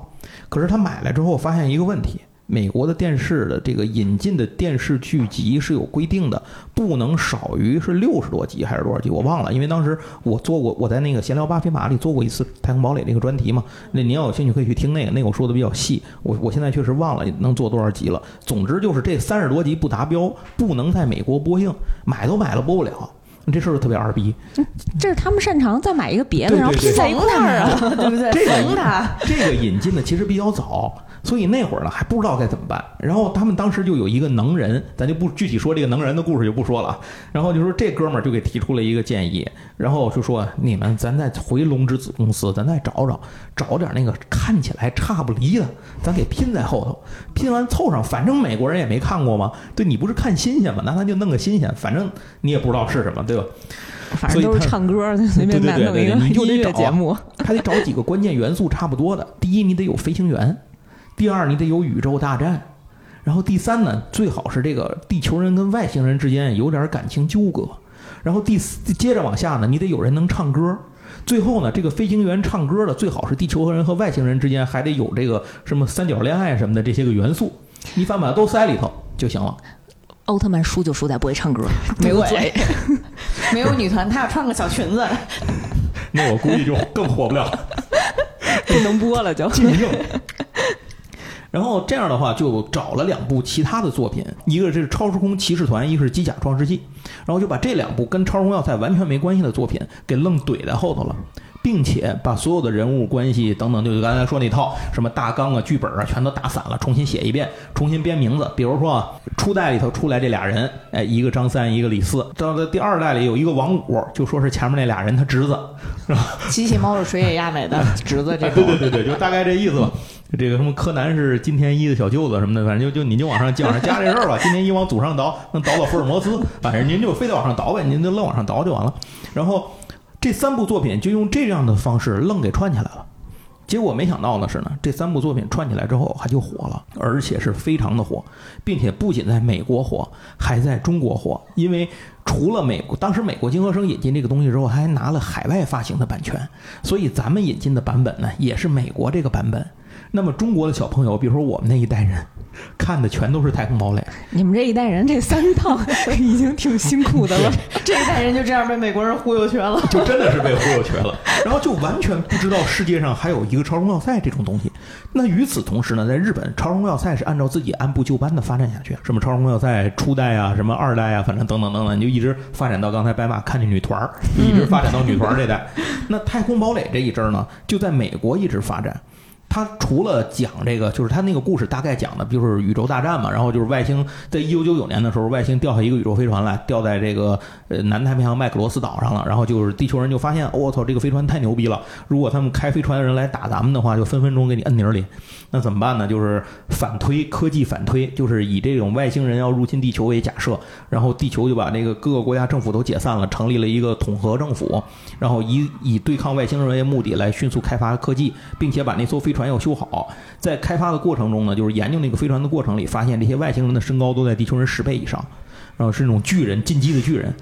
可是他买了之后，发现一个问题：美国的电视的这个引进的电视剧集是有规定的，不能少于是六十多集还是多少集，我忘了。因为当时我做过，我在那个闲聊巴菲马里做过一次《太空堡垒》这个专题嘛。那您要有兴趣可以去听那个，那个我说的比较细。我我现在确实忘了能做多少集了。总之就是这三十多集不达标，不能在美国播映，买都买了播不了。这事儿就特别二逼，这是他们擅长，再买一个别的，对然后对拼在一缝块他儿啊。啊，对不对？这个缝他。 这个引进的其实比较早，所以那会儿呢还不知道该怎么办。然后他们当时就有一个能人，咱就不具体说这个能人的故事就不说了啊。然后就说这哥们儿就给提出了一个建议，然后就说你们咱再回龙之子公司，咱再找找找点那个看起来差不离的，咱给拼在后头，拼完凑上，反正美国人也没看过嘛。对你不是看新鲜嘛，那咱就弄个新鲜，反正你也不知道是什么，对吧？反正都是唱歌，随便对对对弄一个对你就得音乐找节目。他得找几个关键元素差不多的。第一，你得有飞行员；第二，你得有宇宙大战；然后第三呢，最好是这个地球人跟外星人之间有点感情纠葛。然后第四，接着往下呢，你得有人能唱歌。最后呢，这个飞行员唱歌的最好是地球人和外星人之间还得有这个什么三角恋爱什么的这些个元素，你反正把它都塞里头就行了。奥特曼输就输在不会唱歌，没没有有嘴。 没有女团，她要穿个小裙子，那我估计就更火不了。不能播了就。禁映。 然后这样的话，就找了两部其他的作品，一个是《超时空骑士团》，一个是《机甲创世纪》，然后就把这两部跟《超时空要塞》完全没关系的作品给愣怼在后头了，并且把所有的人物关系等等，就是刚才说那套什么大纲啊、剧本啊，全都打散了，重新写一遍，重新编名字。比如说啊，初代里头出来这俩人，哎，一个张三，一个李四；到了第二代里有一个王五，就说是前面那俩人他侄子，机器猫是水野亚美的侄子，这 哎，对对对对，就大概这意思吧。这个什么柯南是金田一的小舅子什么的，反正就就你就往上往上加这事儿吧。金田一往祖上倒，能倒到福尔摩斯，反正您就非得往上倒呗，您就愣往上倒就完了。然后这三部作品就用这样的方式愣给串起来了。结果没想到的是呢，这三部作品串起来之后还就火了，而且是非常的火，并且不仅在美国火，还在中国火。因为除了美国，当时美国金和生引进这个东西之后，还拿了海外发行的版权，所以咱们引进的版本呢，也是美国这个版本。那么中国的小朋友，比如说我们那一代人，看的全都是《太空堡垒》。 你们这一代人这三趟已经挺辛苦的 了。这一代人就这样被美国人忽悠瘸了。 就真的是被忽悠瘸了，然后就完全不知道世界上还有一个超时空要塞这种东西。那与此同时呢，在日本，超时空要塞是按照自己按部就班的发展下去，什么超时空要塞初代啊，什么二代啊，反正等等等等，你就一直发展到刚才白马看见女团儿，就一直发展到女团儿这代。那太空堡垒这一支呢，就在美国一直发展。他除了讲这个，就是他那个故事大概讲的，就是宇宙大战嘛，然后就是外星在一九九九年的时候，外星掉下一个宇宙飞船来，掉在这个呃南太平洋麦克罗斯岛上了，然后就是地球人就发现，哦我、操，这个飞船太牛逼了，如果他们开飞船的人来打咱们的话，就分分钟给你摁泥儿里，那怎么办呢？就是反推科技反推，就是以这种外星人要入侵地球为假设，然后地球就把那个各个国家政府都解散了，成立了一个统合政府，然后以以对抗外星人为目的来迅速开发科技，并且把那艘飞船要修好。在开发的过程中呢，就是研究那个飞船的过程里，发现这些外星人的身高都在地球人十倍以上。然后是那种巨人， 进击的巨人，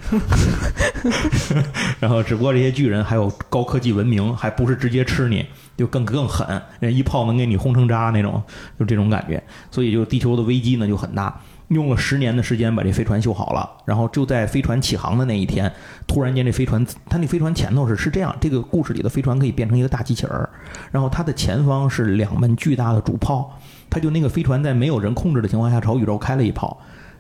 然后只不过这些巨人还有高科技文明，还不是直接吃你，就更更狠，人一炮能给你轰成渣那种，就这种感觉。所以就地球的危机呢就很大。用了十年的时间把这飞船修好了，然后就在飞船起航的那一天，突然间这飞船，它那飞船前头是是这样，这个故事里的飞船可以变成一个大机器人儿，然后它的前方是两门巨大的主炮，它就那个飞船在没有人控制的情况下朝宇宙开了一炮，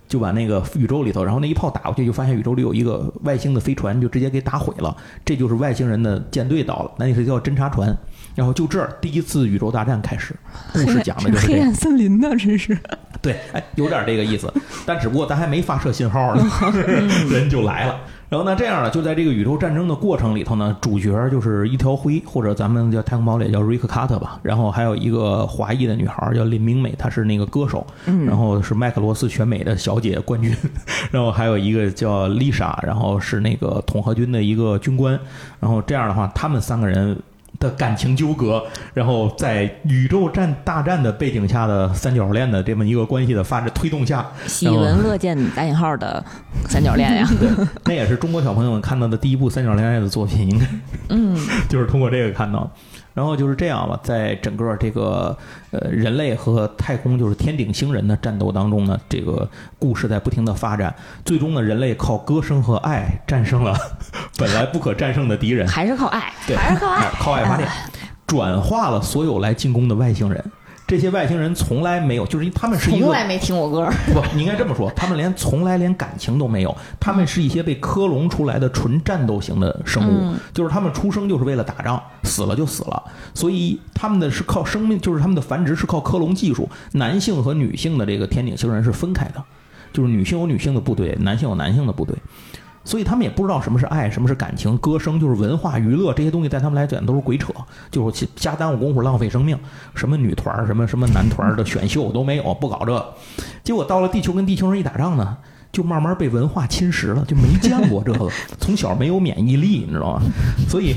就把那个宇宙里头，然后那一炮打过去，就发现宇宙里有一个外星的飞船，就直接给打毁了。这就是外星人的舰队到了，那也是叫侦察船。然后就这儿，第一次宇宙大战开始，故 事讲的就是这黑个。暗森林呢，真是。对，哎，有点这个意思， 但只不过咱还没发射信号呢，人就来了。然后呢，这样呢，就在这个宇宙战争的过程里头呢，主角就是一条灰，或者咱们叫太空堡垒叫瑞克卡特吧，然后还有一个华裔的女孩叫林明美，她是那个歌手，然后是麦克罗斯选美的小姐冠军， 然后还有一个叫丽莎，然后是那个统合军的一个军官，然后这样的话，他们三个人的感情纠葛，然后在宇宙战大战的背景下的三角恋的这么一个关系的发展推动下，喜闻乐见打引号的三角恋呀， 那也是中国小朋友们看到的第一部三角恋爱的作品，应该，嗯， 就是通过这个看到的。然后就是这样吧，在整个这个呃人类和太空就是天顶星人的战斗当中呢，这个故事在不停的发展，最终呢，人类靠歌声和爱战胜了 本来不可战胜的敌人，还是靠爱。对，还是靠爱哎靠爱发电，转化了所有来进攻的外星人。这些外星人从来没有，就是因为他们是一从个来没听过歌儿，不，你应该这么说，他们连从来连感情都没有，他们是一些被克隆出来的纯战斗型的生物，嗯就是他们出生就是为了打仗，死了就死了，所以他们的是靠生命，就是他们的繁殖是靠克隆技术，男性和女性的这个天顶星人是分开的，就是女性有女性的部队，男性有男性的部队。所以他们也不知道什么是爱，什么是感情，歌声就是文化娱乐这些东西，在他们来讲都是鬼扯，就是瞎耽误功夫，浪费生命。什么女团儿、什么什么男团儿的选秀都没有，不搞这个。结果到了地球跟地球人一打仗呢，就慢慢被文化侵蚀了，就没见过这个， 从小没有免疫力，你知道吗？所以。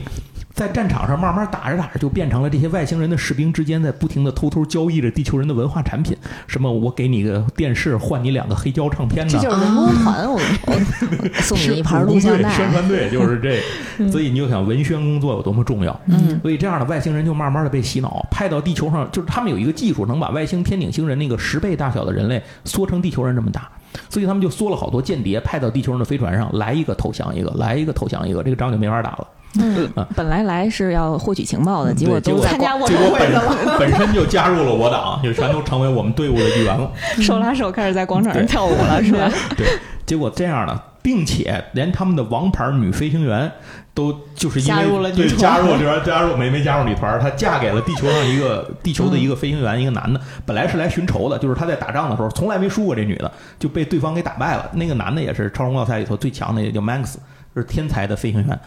在战场上慢慢打着打着，就变成了这些外星人的士兵之间在不停的偷偷交易着地球人的文化产品，什么我给你个电视换你两个黑胶唱片呢这，就是文工团，我我送是你一盘录像带，嗯宣 传队就是这，所以你就想文宣工作有多么重要。嗯，所以这样的外星人就慢慢的被洗脑，派到地球上，就是他们有一个技术，能把外星天顶星人那个十倍大小的人类缩成地球人这么大。所以他们就缩了好多间谍，派到地球上的飞船上，来一个投降一个，来一个投降一个，这个仗就没法打了。本来来是要获取情报的，结果对结都果在嗯参加光卧结谈果会本了吗？本身就加入了我党，就全都成为我们队伍的一员了。手拉手开始在广场上对跳舞了，是吧？对，结果这样了，并且连他们的王牌女飞行员都就是因为加入了女对团加入这边 加入没没加入女团，她嫁给了地球上一个地球的一个飞行员，一个男的，本来是来寻仇的，就是她在打仗的时候从来没输过，这女的就被对方给打败了。那个男的也是超重要赛里头最强的，也叫 Max，是天才的飞行员。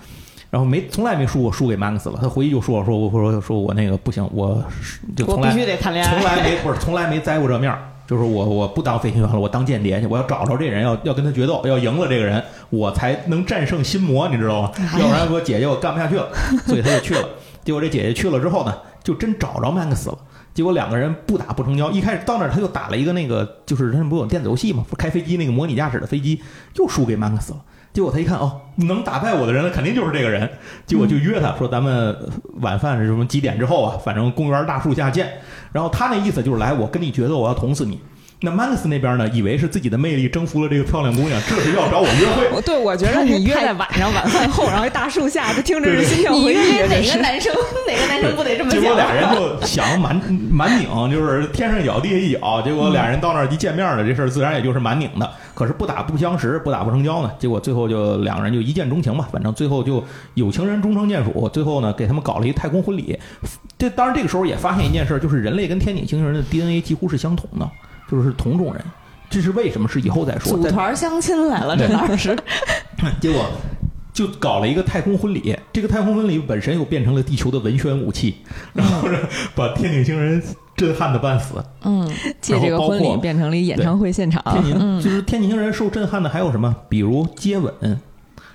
然后没从来没输过，输给 Max 了。他回去就说说我说说我那个不行，我是就我从必来须得谈恋从爱。来没不是从来没栽过这面儿，就是我我不当飞行员了，我当间谍去，我要找着这人，要要跟他决斗，要赢了这个人，我才能战胜心魔，你知道吗？嗯要不然我姐姐我干不下去了，所以他就去了。结果这姐姐去了之后呢，就真找着 Max 了。结果两个人不打不成交，一开始到那儿他就打了一个那个，就是他们不是有电子游戏嘛，不是开飞机那个模拟驾驶的飞机，又输给 Max 了。结果他一看哦，能打败我的人肯定就是这个人，结果就约他说咱们晚饭是什么几点之后啊，反正公园大树下见。然后他那意思就是来，我跟你决斗，我要捅死你。那 Max 那边呢，以为是自己的魅力征服了这个漂亮姑娘，这是要 找我约会。我对我觉得你约在晚 上晚饭后，然后一大树下，就听着这 心跳你回约啊忆，真哪个是。男生，哪个男生不得这么结想？果俩人 就想满满拧，就是天上一脚地下一脚。结果俩人到那儿一见面了，这事儿自然也就是满拧的。可是不打不相识，不打不成交呢。结果最后就两个人就一见钟情吧，反正最后就有情人终成眷属。最后呢，给他们搞了一太空婚礼。这当然这个时候也发现一件事，就是人类跟天顶星人的 DNA 几乎是相同的，就是同种人。这是为什么？是以后再说。组在团相亲来了，这哪儿是？结果就搞了一个太空婚礼。这个太空婚礼本身又变成了地球的文宣武器，然后是把天顶星人震撼的半死。 嗯， 借这个婚然后包礼括变成了一演唱会现场，天顶就是天顶星人受震撼的还有什么？比如接吻，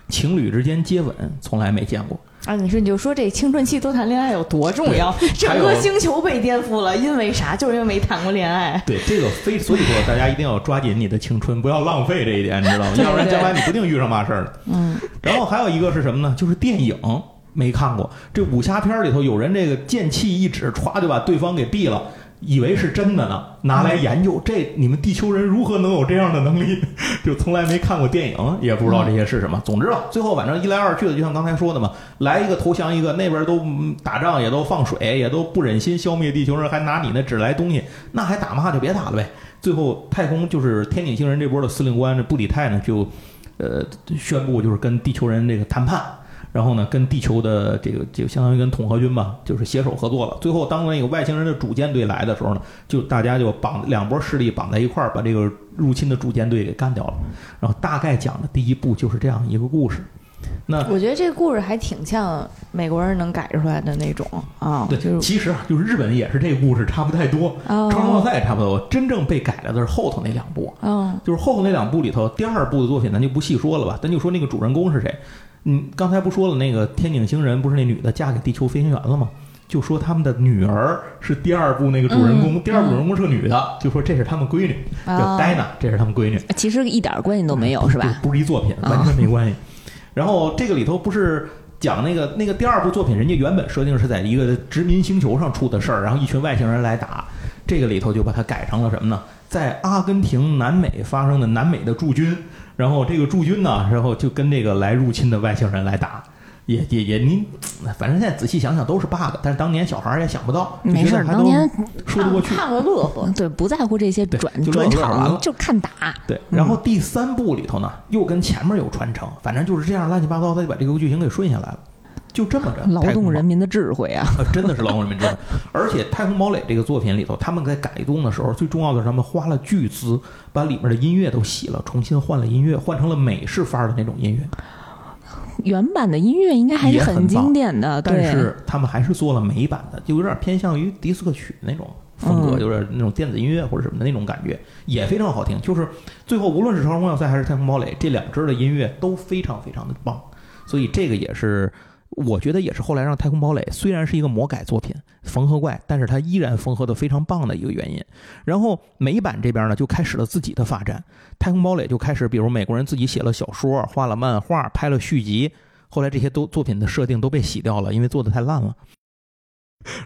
情侣之间接吻从来没见过。啊，你说你就说这青春期多谈恋爱有多重要？整个星球被颠覆了，因为啥？就是因为没谈过恋爱。 对，这个非所以说大家一定要抓紧你的青春，不要浪费这一点，你知道吗？要不然将来你不定遇上嘛事儿了。嗯，然后还有一个是什么呢？就是电影没看过，这武侠片里头有人这个剑气一指，歘就把对方给毙了。以为是真的呢，拿来研究这你们地球人如何能有这样的能力？ 就从来没看过电影，也不知道这些是什么。总之啊，最后反正一来二去的，就像刚才说的嘛，来一个投降一个，那边都嗯打仗也都放水，也都不忍心消灭地球人，还拿你那纸来东西，那还打嘛就别打了呗。最后太空就是天井星人这波的司令官这布里泰呢就，呃宣布就是跟地球人这个谈判。然后呢，跟地球的这个就相当于跟统合军吧，就是携手合作了。最后，当那个外星人的主舰队来的时候呢，就大家就绑两波势力绑在一块儿，把这个入侵的主舰队给干掉了。然后大概讲的第一部就是这样一个故事。那我觉得这个故事还挺像美国人能改出来的那种啊，对，就是其实啊，就是日本也是这个故事差不太多，《超时哦空要塞》差不多，真正被改了的是后头那两部。哦，就是后头那两部里头，第二部的作品咱就不细说了吧，咱就说那个主人公是谁。嗯，刚才不说了，那个天井星人不是那女的嫁给地球飞行员了吗？就说他们的女儿是第二部那个主人公，第二部主人公是个女的，就说这是他们闺女，叫哦 Dina，这是他们闺女，其实一点儿关系都没有，是不吧？？不是一作品，啊完全没关系。然后这个里头不是讲那个那个第二部作品，人家原本设定是在一个殖民星球上出的事儿，然后一群外星人来打，这个里头就把它改成了什么呢？在阿根廷南美发生的南美的驻军，然后这个驻军呢，然后就跟这个来入侵的外星人来打。也也也，您反正现在仔细想想都是 bug，但是当年小孩儿也想不到，就没觉事得儿，还当都年说得过去。看个乐呵。对不在乎这些对转就乐转呵完场啊了，就看打。对，然后第三部里头呢，又跟前面有传承，反正就是这样乱七八糟，他就把这个剧情给顺下来了，就这么着。劳太空动堡人民的智慧啊！啊，真的是劳动人民之魂。 而且《太空堡垒》这个作品里头，他们在改动的时候，最重要的是他们花了巨资把里面的音乐都洗了，重新换了音乐，换成了美式范儿的那种音乐。原版的音乐应该还是也很棒经典的，但啊对是他们还是做了美版的，就有点偏向于迪斯科曲那种风格，嗯有点那种电子音乐或者什么的那种感觉，也非常好听。就是最后无论是《超时空要塞》还是《太空堡垒》，这两支的音乐都非常非常的棒，所以这个也是。我觉得也是后来让《太空堡垒》虽然是一个魔改作品，缝合怪，但是它依然缝合的非常棒的一个原因。然后美版这边呢，就开始了自己的发展，《太空堡垒》就开始，比如美国人自己写了小说，画了漫画，拍了续集，后来这些都作品的设定都被洗掉了，因为做的太烂了。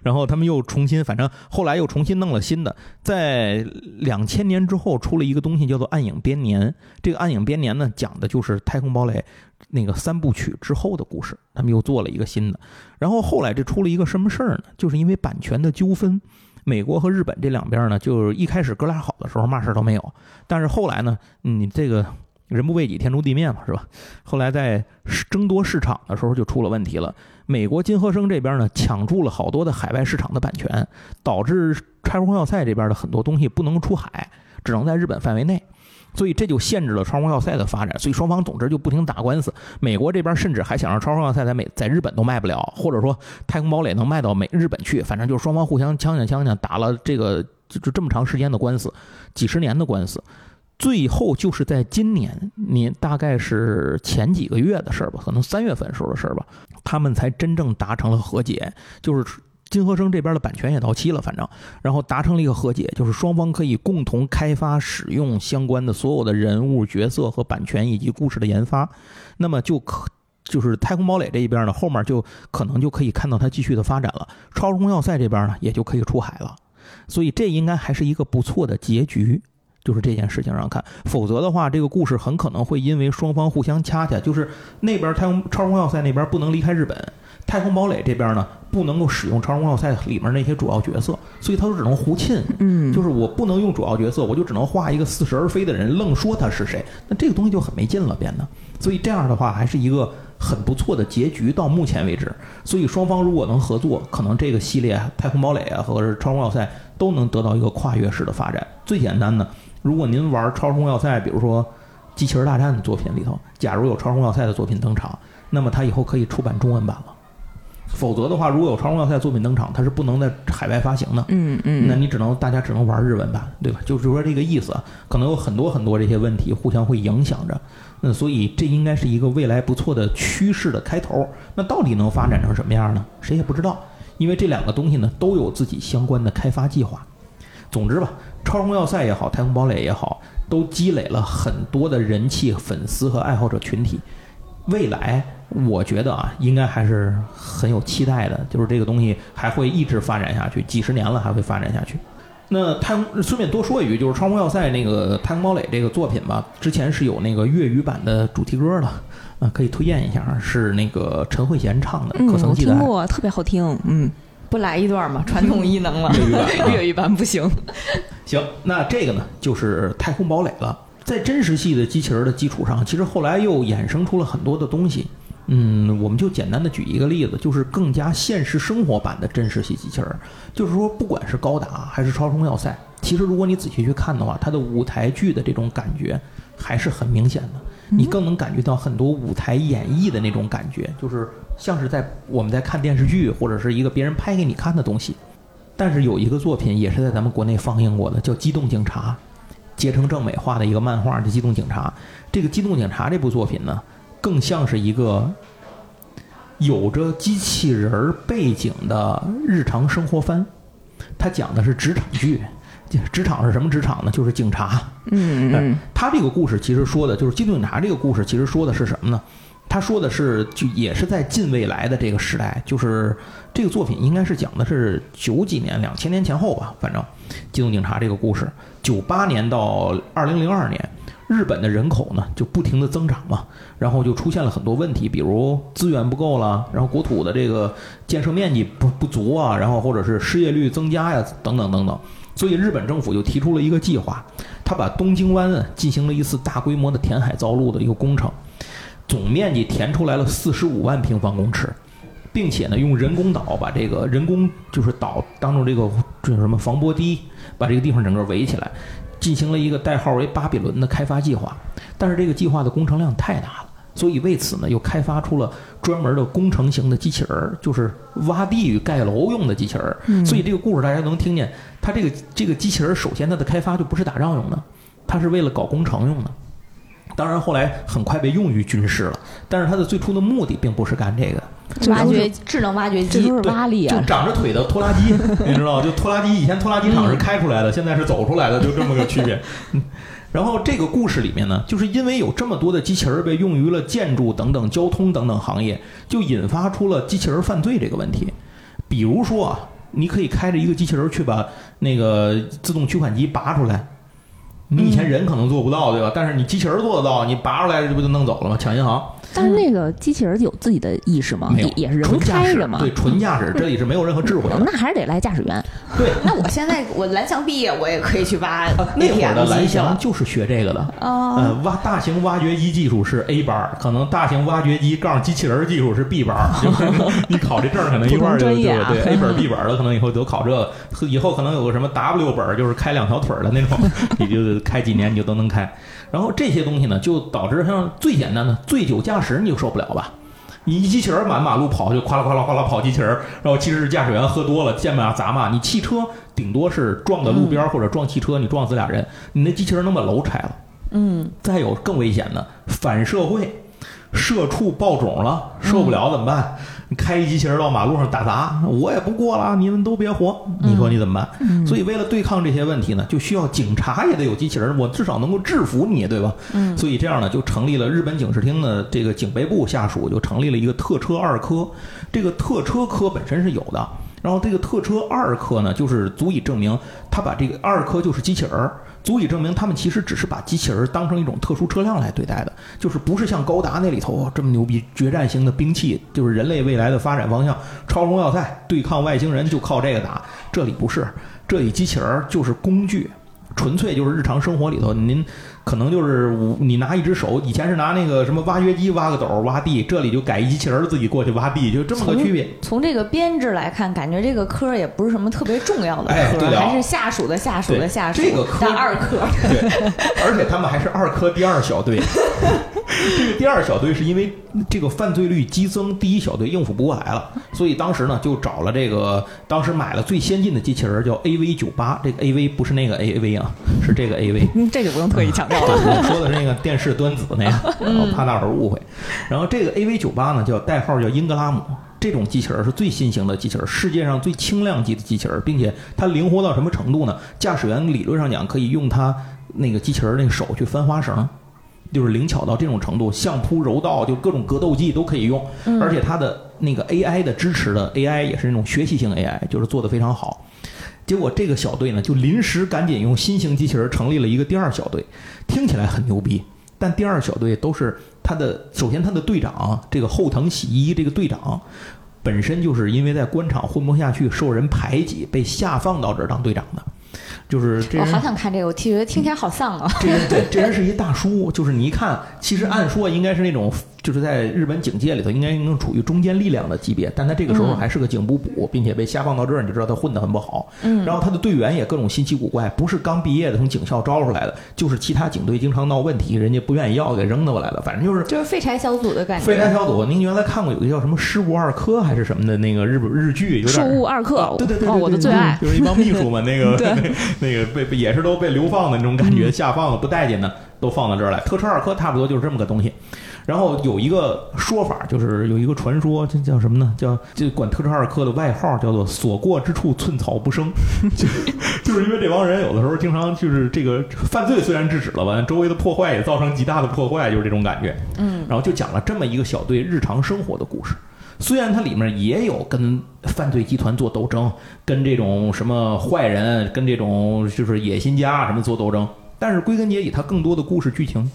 然后他们又重新，反正后来又重新弄了新的。在两千年之后出了一个东西，叫做《暗影编年》。这个《暗影编年》呢，讲的就是《太空堡垒》那个三部曲之后的故事。他们又做了一个新的。然后后来这出了一个什么事儿呢？就是因为版权的纠纷，美国和日本这两边呢，就是一开始哥俩好的时候嘛事儿都没有，但是后来呢，你这个人不为己，天诛地灭嘛，是吧？后来在争夺市场的时候就出了问题了。美国金和生这边呢，抢注了好多的海外市场的版权，导致《超时空要塞》这边的很多东西不能出海，只能在日本范围内。所以这就限制了《超时空要塞》的发展，所以双方总之就不停打官司。美国这边甚至还想让《超时空要塞》在美在日本都卖不了，或者说《太空堡垒》能卖到美日本去，反正就是双方互相呛呛呛呛，打了这个就就这么长时间的官司，几十年的官司。最后就是在今年，你大概是前几个月的事儿吧，可能三月份时候的事儿吧，他们才真正达成了和解，就是。金和生这边的版权也到期了，反正，然后达成了一个和解，就是双方可以共同开发、使用相关的所有的人物、角色和版权以及故事的研发，那么就可就是太空堡垒这一边呢，后面就可能就可以看到它继续的发展了。超时空要塞这边呢，也就可以出海了，所以这应该还是一个不错的结局。就是这件事情上看，否则的话，这个故事很可能会因为双方互相掐掐，就是那边太空超时空要塞那边不能离开日本，太空堡垒这边呢不能够使用超时空要塞里面那些主要角色，所以他就只能胡沁。嗯，就是我不能用主要角色，我就只能画一个似是而非的人，愣说他是谁，那这个东西就很没劲了，变得。所以这样的话，还是一个很不错的结局。到目前为止，所以双方如果能合作，可能这个系列《太空堡垒》啊，或者是《超时空要塞》都能得到一个跨越式的发展。最简单的，如果您玩《超时空要塞》，比如说《机器人大战》的作品里头，假如有《超时空要塞》的作品登场，那么它以后可以出版中文版了。否则的话，如果有长荣耀赛作品登场，它是不能在海外发行的。嗯嗯，那你只能大家只能玩日文版，对吧？就是说这个意思，可能有很多很多这些问题互相会影响着。那所以这应该是一个未来不错的趋势的开头。那到底能发展成什么样呢？谁也不知道，因为这两个东西呢都有自己相关的开发计划。总之吧，超荣耀赛也好，太空堡垒也好，都积累了很多的人气、粉丝和爱好者群体。未来我觉得啊，应该还是很有期待的，就是这个东西还会一直发展下去，几十年了还会发展下去。那太空顺便多说一句，就是《超空要塞》那个《太空堡垒》这个作品吧，之前是有那个粤语版的主题歌的，啊、可以推荐一下，是那个陈慧娴唱的，嗯，可曾我记得啊听还？过，特别好听，嗯，不来一段吗？传统异能了，粤语版啊粤语版不行，行，那这个呢，就是太空堡垒了。在真实系的机器人的基础上，其实后来又衍生出了很多的东西。嗯，我们就简单的举一个例子，就是更加现实生活版的真实系机器人。就是说，不管是高达还是超声要塞，其实如果你仔细去看的话，它的舞台剧的这种感觉还是很明显的。你更能感觉到很多舞台演绎的那种感觉，就是像是在我们在看电视剧或者是一个别人拍给你看的东西。但是有一个作品也是在咱们国内放映过的，叫《机动警察》，结城正美画的一个漫画，叫《机动警察》。这个《机动警察》这部作品呢，更像是一个有着机器人儿背景的日常生活番。它讲的是职场剧，职场是什么职场呢？就是警察。嗯嗯嗯，他这个故事其实说的就是《机动警察》这个故事，其实说的是什么呢？他说的是，就也是在近未来的这个时代，就是这个作品应该是讲的是九几年、两千年前后吧，反正《机动警察》这个故事，九八年到二零零二年，日本的人口呢就不停的增长嘛，然后就出现了很多问题，比如资源不够了，然后国土的这个建设面积不不足啊，然后或者是失业率增加呀，等等等等，所以日本政府就提出了一个计划，他把东京湾啊进行了一次大规模的填海造陆的一个工程，总面积填出来了四十五万平方公尺，并且呢用人工岛把这个人工就是岛当中这个这什么防波堤，把这个地方整个围起来，进行了一个代号为巴比伦的开发计划。但是这个计划的工程量太大了。所以为此呢，又开发出了专门的工程型的机器人儿，就是挖地与盖楼用的机器人儿。所以这个故事大家能听见，它这个这个机器人儿，首先它的开发就不是打仗用的，它是为了搞工程用的。当然，后来很快被用于军事了，但是它的最初的目的并不是干这个，嗯挖掘智能挖掘这机都，是对拉力就啊，长着腿的拖拉机， 你知道，就拖拉机以前拖拉机嗯厂是开出来的，现在是走出来的，就这么个区 别。嗯然后这个故事里面呢，就是因为有这么多的机器人被用于了建筑等等、交通等等行业，就引发出了机器人犯罪这个问题。比如说啊，你可以开着一个机器人去把那个自动取款机拔出来，你以嗯前人可能做不到，对吧？但是你机器人做得到，你拔出来这不就弄走了吗？抢银行。但是那个机器人有自己的意识吗？也没有啊也是人纯驾开驶着嘛，对，纯驾驶，这里是没有任何 智慧的。那还是得来驾驶员，对，那我现在我蓝翔毕业，我也可以去挖 那会儿的 ATM 蓝机去翔了。就是学这个的。啊哦，呃，挖大型挖掘机技术是 A 班儿，可能大型挖掘机杠机器人技术是 B 班儿。 就是你考这证儿可能一半儿就普通专对业啊对 A 本 儿 B 本儿的，可能以后都考这个，以后可能有个什么 W 本儿，就是开两条腿儿的那种， 你就开几年你就都能开。然后这些东西呢，就导致像最简单的醉酒驾驶你就受不了吧。你一机器人儿满马路跑，就哗啦哗啦哗啦跑机器人儿，然后其实是驾驶员喝多了，见嘛砸嘛。你汽车顶多是撞到路嗯边儿或者撞汽车，你撞死俩人，你那机器人能把楼拆了。嗯，再有更危险的反社会，社畜爆种了，受不了嗯怎么办？你开一机器人到马路上打砸，我也不过了，你们都别活，你说你怎么办？所以为了对抗这些问题呢，就需要警察也得有机器人，我至少能够制服你，对吧？嗯，所以这样呢，就成立了日本警视厅的这个警备部下属就成立了一个特车二科，这个特车科本身是有的。然后这个特车二科呢，就是足以证明他把这个二科就是机器人儿，足以证明他们其实只是把机器人儿当成一种特殊车辆来对待的，就是不是像高达那里头哦这么牛逼决战型的兵器，就是人类未来的发展方向。超龙要塞对抗外星人就靠这个打，这里不是，这里机器人儿就是工具。纯粹就是日常生活里头，您可能就是我你拿一只手，以前是拿那个什么挖掘机挖个斗儿挖地，这里就改一机器人儿自己过去挖地，就这么个区别。从这个编制来看，感觉这个科儿也不是什么特别重要的哎科对儿，了还是下属的下属的下属对这个科 的二科。对，而且他们还是二科第二小队，这个第二小队是因为这个犯罪率激增，第一小队应付不过来了，所以当时呢就找了这个当时买了最先进的机器人儿叫 AV 九八，这个 AV 不是那个 AV 啊，是这个 AV。嗯，这就不用特意强 调对了。我说的是那个电视端子那个，然后怕大伙儿误会。然后这个 AV 九八呢，叫代号叫英格拉姆，这种机器人儿是最新型的机器人儿，世界上最轻量级的机器人儿，并且它灵活到什么程度呢？驾驶员理论上讲可以用它那个机器人儿那个手去翻花绳。就是灵巧到这种程度，相扑、柔道，就各种格斗技都可以用，而且它的那个 AI 的支持的 AI 也是那种学习型 AI，就是做的非常好。结果这个小队呢，就临时赶紧用新型机器人成立了一个第二小队，听起来很牛逼，但第二小队都是他的，首先他的队长啊这个后藤喜一这个队长。啊本身就是因为在官场混不下去，受人排挤，被下放到这儿当队长的，就是这哦我人好想看这个，我听觉得听起来好丧啊！这人对，这人是一大叔，就是你一看，其实按说应该是那种，就是在日本警界里头应该能处于中坚力量的级别，但他这个时候还是个警部补，并且被下放到这儿，你就知道他混得很不好。嗯，然后他的队员也各种新奇古怪，不是刚毕业的从警校招出来的，就是其他警队经常闹问题，人家不愿意要给扔到过来的，反正就是就是废柴小组的感觉。废柴小组。您原来看过有一个叫什么“失误二科”还是什么的那个日本日剧，有点树屋二啊课，对对对哦，对我的对最对爱。就是一帮秘书们，那个 那个被被也是都被流放的那种嗯感觉，下放了不待见的都放到这儿来。特车二科差不多就是这么个东西。然后有一个说法，就是有一个传说，这叫什么呢？叫就管特车二科的外号叫做“所过之处寸草不生”， 就就是因为这帮人有的时候经常就是这个犯罪虽然制止了吧，周围的破坏也造成极大的破坏，就是这种感觉。嗯，然后就讲了这么一个小队日常生活的故事。虽然它里面也有跟犯罪集团做斗争，跟这种什么坏人、跟这种就是野心家啊什么做斗争，但是归根结底，它更多的故事剧情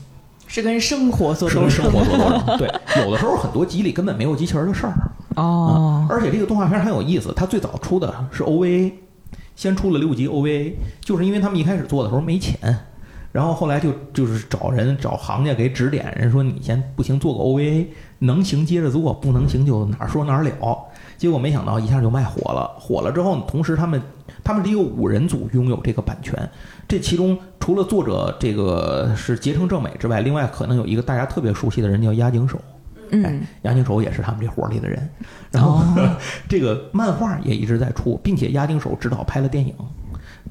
是跟生活做是斗跟争生活做嗯斗争。对，有的时候很多集里根本没有机器人的事儿。哦，而且这个动画片很有意思，它最早出的是 OVA，先出了六集 OVA，就是因为他们一开始做的时候没钱，然后后来就就是找人找行家给指点，人说你先不行做个 OVA，能行接着做，不能行就哪儿说哪儿了。结果没想到一下就卖火了，火了之后，同时他们他们是一个五人组拥有这个版权，这其中除了作者这个是结城正美之外，另外可能有一个大家特别熟悉的人叫押井守。哎嗯，押井守也是他们这伙儿里的人。然后、哦 这个漫画也一直在出，并且押井守指导拍了电影，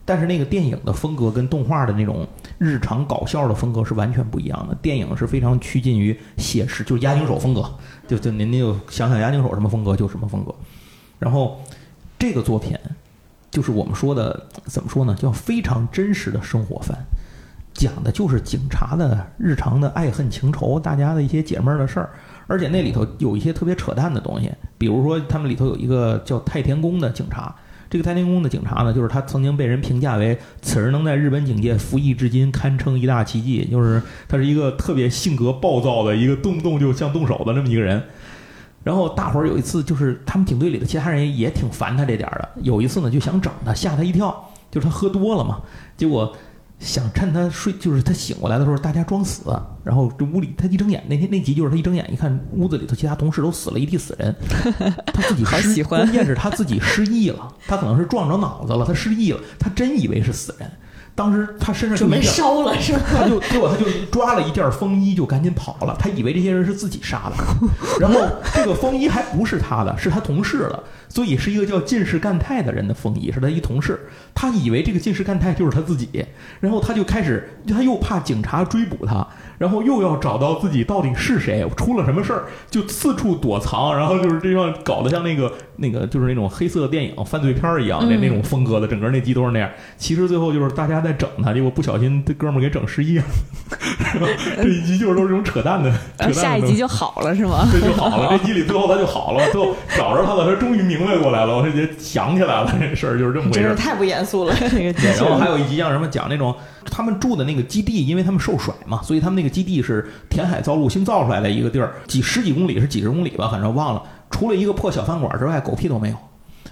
但是那个电影的风格跟动画的那种日常搞笑的风格是完全不一样的。电影是非常趋近于写实，就是押井守风格，就就您您就想想押井守什么风格就什么风格。然后这个作品就是我们说的怎么说呢，叫非常真实的生活番。讲的就是警察的日常的爱恨情仇，大家的一些解闷儿的事儿，而且那里头有一些特别扯淡的东西，比如说他们里头有一个叫太田宫的警察，这个太田宫的警察呢，就是他曾经被人评价为此人能在日本警界服役至今，堪称一大奇迹，就是他是一个特别性格暴躁的一个动不动就想动手的这么一个人。然后大伙儿有一次就是他们警队里的其他人也挺烦他这点儿的，有一次呢就想整他，吓他一跳，就是他喝多了嘛，结果想趁他睡，就是他醒过来的时候，大家装死，然后这屋里他一睁眼，那天那集就是他一睁眼一看屋子里头其他同事都死了一地死人，他自己好失喜欢关键是他自己失忆了，他可能是撞着脑子了，他失忆了，他真以为是死人，当时他身上就准备一点烧了是吧？他就结果他就抓了一件风衣就赶紧跑了，他以为这些人是自己杀的，然后这个风衣还不是他的，是他同事的，所以是一个叫近视干太的人的风衣，是他一同事，他以为这个近视干太就是他自己，然后他就开始他又怕警察追捕他，然后又要找到自己到底是谁，出了什么事儿，就四处躲藏，然后就是这样搞得像那个那个就是那种黑色电影犯罪片儿一样那嗯那种风格的，整个那集都是那样。其实最后就是大家在整他，结果不小心这哥们儿给整失忆了。 然后这一集就是都是这种扯淡的，然扯淡的后呃下一集东西就好了是吗？这就好了。这集里最后他就好了，最后找着他了，他终于明白过来了，我这也想起来了，这事儿就是这么回真嗯事是儿。太不严肃了，这个 对，然后还有一集像什么讲那种他们住的那个基地，因为他们受甩嘛，所以他们那个基地是填海造陆新造出来的一个地儿，几十几公里是几十公里吧，反正忘了。除了一个破小饭馆之外，狗屁都没有。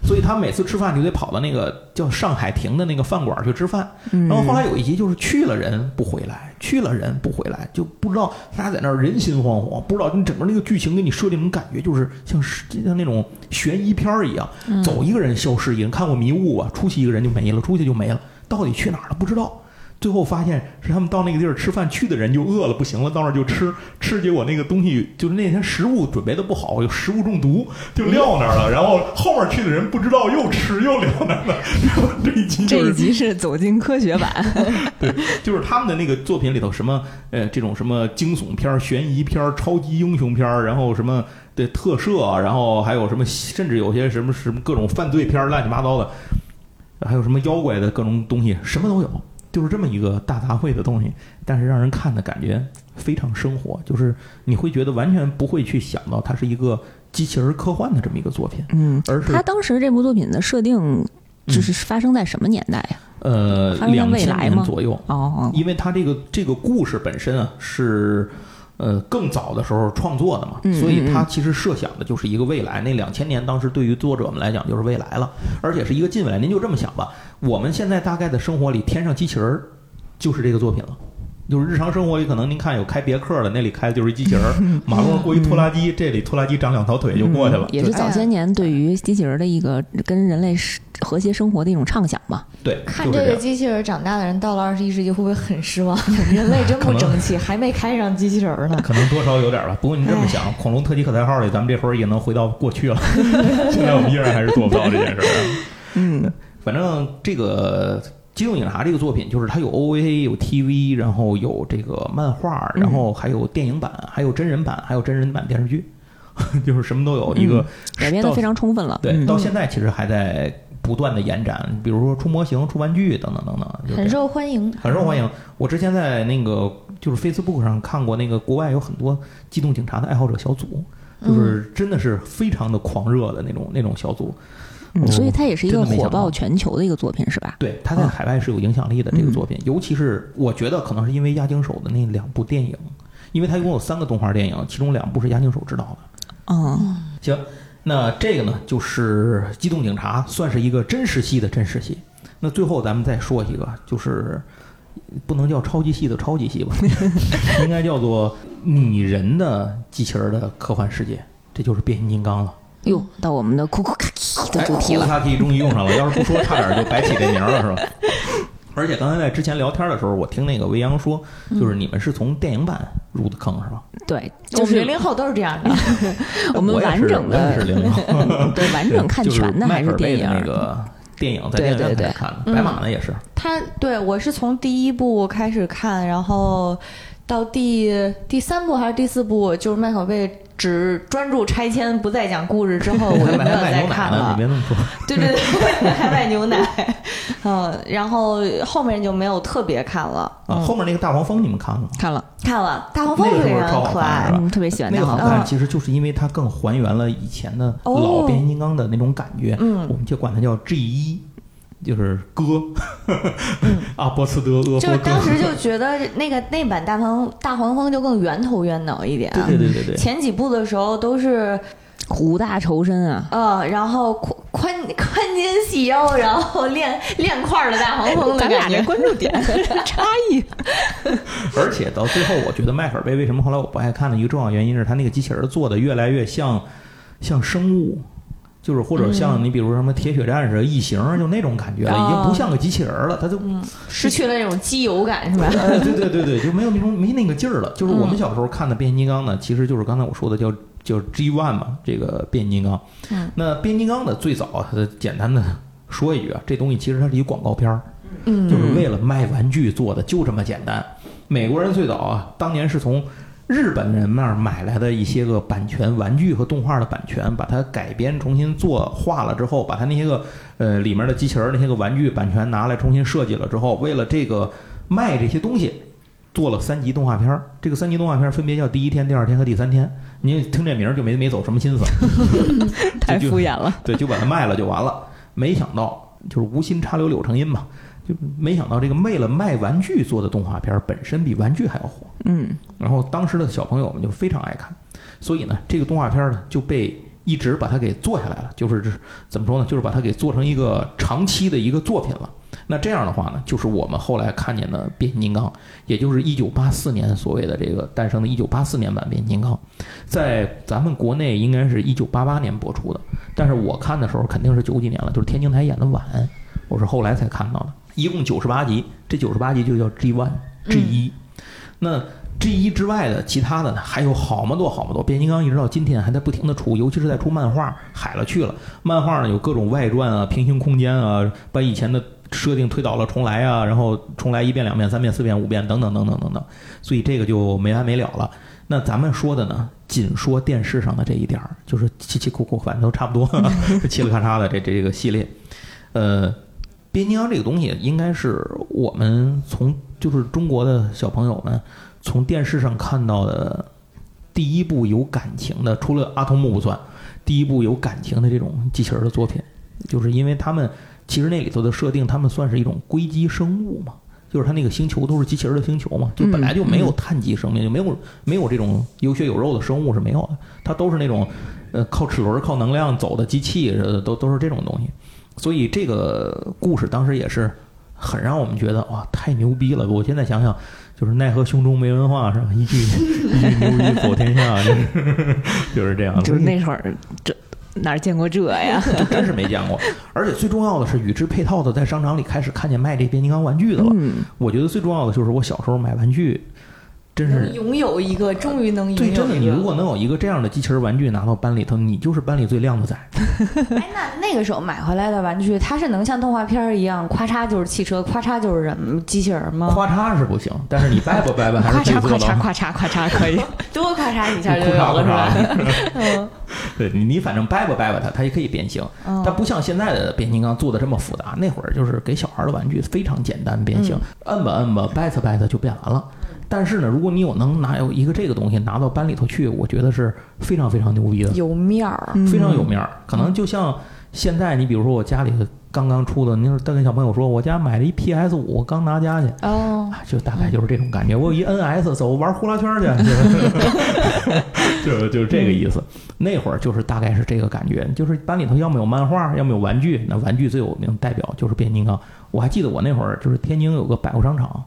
所以他们每次吃饭就得跑到那个叫上海亭的那个饭馆去吃饭。然后后来有一集就是去了人不回来，去了人不回来，就不知道大家在那儿人心惶惶，不知道你整个那个剧情给你设定的感觉就是像是像那种悬疑片儿一样，啊走一个人消失一个人，看过《迷雾》吧，出去一个人就没了，出去就没了，到底去哪儿了不知道。最后发现是他们到那个地儿吃饭，去的人就饿了不行了，到那儿就吃吃，结果那个东西就是那天食物准备的不好，有食物中毒，就撂那儿了。然后后面去的人不知道又吃又撂那儿了。 这一集这一就是集是走进科学版，对，就是他们的那个作品里头什么呃这种什么惊悚片儿、悬疑片儿、超级英雄片儿，然后什么的特摄，啊然后还有什么甚至有些什么什么各种犯罪片儿乱七八糟的，还有什么妖怪的各种东西，什么都有。就是这么一个大杂烩的东西，但是让人看的感觉非常生活，就是你会觉得完全不会去想到它是一个机器人科幻的这么一个作品，嗯，而是嗯他当时这部作品的设定就是发生在什么年代啊呀、呃发生在两未千来年吗左右，哦，因为它这个这个故事本身啊是。呃，更早的时候创作的嘛，嗯所以嗯它嗯其实设想的就是一个未来。那两千年当时对于作者们来讲就是未来了，而且是一个近未来。您就这么想吧，我们现在大概的生活里添上机器人儿，就是这个作品了。就是日常生活里，可能您看有开别克的，那里开的就是一机器人儿； 马路上过一拖拉机，这里拖拉机长两条腿嗯就哎过去了。嗯也是早些年对于机器人的一个跟人类和谐生活的一种畅想吧。对，看就这是这个样。机器人长大的人到了二十一世纪会不会很失望？ 人类真可不能争气，还没开上机器人儿呢。 可能多少有点儿吧。不过你这么哎想，恐龙特级可赛号里，咱们这会儿也能回到过去了。 现在我们依然还是做不到这件事儿。嗯，反正这个《机动警察》这个作品，就是它有 OVA，有 TV，然后有这个漫画，嗯然后还有电影版，还有真人版，还有真人版电视剧， 就是什么都有。一个嗯改编的非常充分了。对，嗯到现在其实还在不断的延展，比如说出模型、出玩具等等等等，就这很样受欢迎，很受欢迎。我之前在那个就是 Facebook 上看过，那个国外有很多机动警察的爱好者小组，就是真的是非常的狂热的那种那种小组。嗯，所以它也是一真个的没想火到爆全球的一个作品，是吧？对，他在海外是有影响力的、这个作品，尤其是我觉得可能是因为押井守的那两部电影，因为他一共有三个动画电影，其中两部是押井守执导的。嗯，行，那这个呢就是《机动警察》，算是一个真实系的真实系。那最后咱们再说一个，就是不能叫超级系的超级系吧， 应该叫做拟人的机器人的科幻世界，这就是变形金刚了。哎哟，到我们的库库卡奇的主题了。他可以终于用上了，要是不说，差点就白起这名儿了，是吧？ 而且刚才在之前聊天的时候，我听那个未央说，就是嗯你们是从电影版入的坑，是吧？对，我就们零是零后都是这样啊的，我们我也完是整我也的是，零零后，对完整看全的还是是迈克尔贝电的那影。个电影在电影院对对才对看的，嗯白马呢也是，他对我是从第一部开始看，然后到第第三部还是第四部，就是麦考贝只专注拆迁，不再讲故事之后，我还就没买有再 还卖牛奶看 呢，了你。别这么说。啊对对对，还卖牛奶，嗯，然后后面就没有特别看了，啊，后面那个大黄蜂你们看了吗？看了，看了大黄蜂那这个时候个人超好很可看是 爱吧，嗯，特别喜欢那他个好好看，嗯其实就是因为它更还原了以前的老哦变形金刚的那种感觉，嗯我们就管它叫 G 一，就是哥， 阿波斯德阿嗯波就是哥，当 时就觉得那个那版大黄大黄蜂就更圆头圆脑一点。对对对对对，前几部的时候都是苦大仇深 啊。呃，然后宽宽宽肩细腰，然后练练块儿的大黄蜂的感觉。关注 点差异。 而且到最后，我觉得迈克尔贝为什么后来我不爱看的一个重要原因是他那个机器人做的越来越像像生物。就是或者像你比如什么铁血战士、异形，就那种感觉了，已经不像个机器人了，它就失去了那种机油感是吧？ 哎，对对对对，就没有那种没那个劲儿了。就是我们小时候看的变形金刚呢，其实就是刚才我说的叫叫 G One 嘛，这个变形金刚。嗯，那变形金刚的最早啊，它简单的说一句啊，这东西其实它是一广告片儿，嗯就是为了卖玩具做的，就这么简单。美国人最早啊，当年是从。日本人那儿买来的一些个版权、玩具和动画的版权，把它改编、重新做画了之后，把它那些个呃里面的机器人儿那些个玩具版权拿来重新设计了之后，为了这个卖这些东西，做了三级动画片儿。这个三级动画片儿分别叫第一天、第二天和第三天。你听这名儿就没没走什么心思，太就敷衍了。对，就把它卖了就完了。没想到就是无心插柳柳成荫嘛，就没想到这个为了卖玩具做的动画片儿本身比玩具还要火。嗯，然后当时的小朋友们就非常爱看，所以呢，这个动画片儿呢就被一直把它给做下来了，就是这怎么说呢，就是把它给做成一个长期的一个作品了。那这样的话呢，就是我们后来看见的变形金刚，也就是一九八四年所谓的这个诞生的一九八四年版变形金刚，在咱们国内应该是一九八八年播出的，但是我看的时候肯定是九几年了，就是天津台演的晚，我是后来才看到的。一共九十八集，这九十八集就叫 G One G 一、那 G 一之外的其他的呢，还有好么多好么多。变形金刚一直到今天还在不停的出，尤其是在出漫画，海了去了。漫画呢有各种外传啊、平行空间啊，把以前的设定推倒了重来啊，然后重来一遍、两遍、三遍、四遍、五遍等等等等等等。所以这个就没完没了了。那咱们说的呢，仅说电视上的这一点儿，就是稀奇苦苦，反正都差不多， 嘁哩咔嚓的这这个系列。呃，变形金刚这个东西，应该是我们从就是中国的小朋友们从电视上看到的第一部有感情的，除了阿童木不算，第一部有感情的这种机器人的作品，就是因为他们其实那里头的设定，他们算是一种硅基生物嘛。就是它那个星球都是机器人的星球嘛，就本来就没有碳基生命，就没有没有这种有血有肉的生物是没有的，它都是那种呃靠齿轮、靠能量走的机器，呃都都是这种东西。所以这个故事当时也是很让我们觉得哇，太牛逼了！我现在想想，就是奈何胸中没文化是吧？一句 一句牛逼走天下， 就是就是这样。就是那会儿这哪儿见过这呀？就真是没见过。而且最重要的是，与之配套的，在商场里开始看见卖这变形金刚玩具的了。嗯，我觉得最重要的就是我小时候买玩具，真是拥有一个，终于能最拥真有的。一你如果个。能有一个这样的机器人玩具拿到班里头，你就是班里最靓的仔。哎，那那个时候买回来的玩具，它是能像动画片儿一样，咔嚓就是汽车，咔嚓就是人机器人吗？夸嚓是不行，但是你掰吧掰吧还咔是自己嚓做咔嚓的。咔嚓咔嚓 可以。多咔 嚓一下你就裤有衩了，是吧？吧？ 嗯，对你，你反正掰吧掰吧它，它也可以变形。它不像现在的变形金刚做的这么复杂，那会儿就是给小孩儿的玩具非常简单变形，摁吧摁吧，掰扯掰扯就变完了。但是呢，如果你有能拿有一个这个东西拿到班里头去，我觉得是非常非常牛逼的。有面儿。嗯非常有面儿。可能就像现在，你比如说我家里刚刚出的，你说再跟小朋友说，我家买了一 PS 五，刚拿家去，哦，啊就大概就是这种感觉。我有一 NS，走玩呼啦圈儿去，就是就是这个意思。那会儿就是大概是这个感觉，就是班里头要么有漫画，要么有玩具。那玩具最有名代表就是变形金刚。我还记得我那会儿就是天津有个百货商场，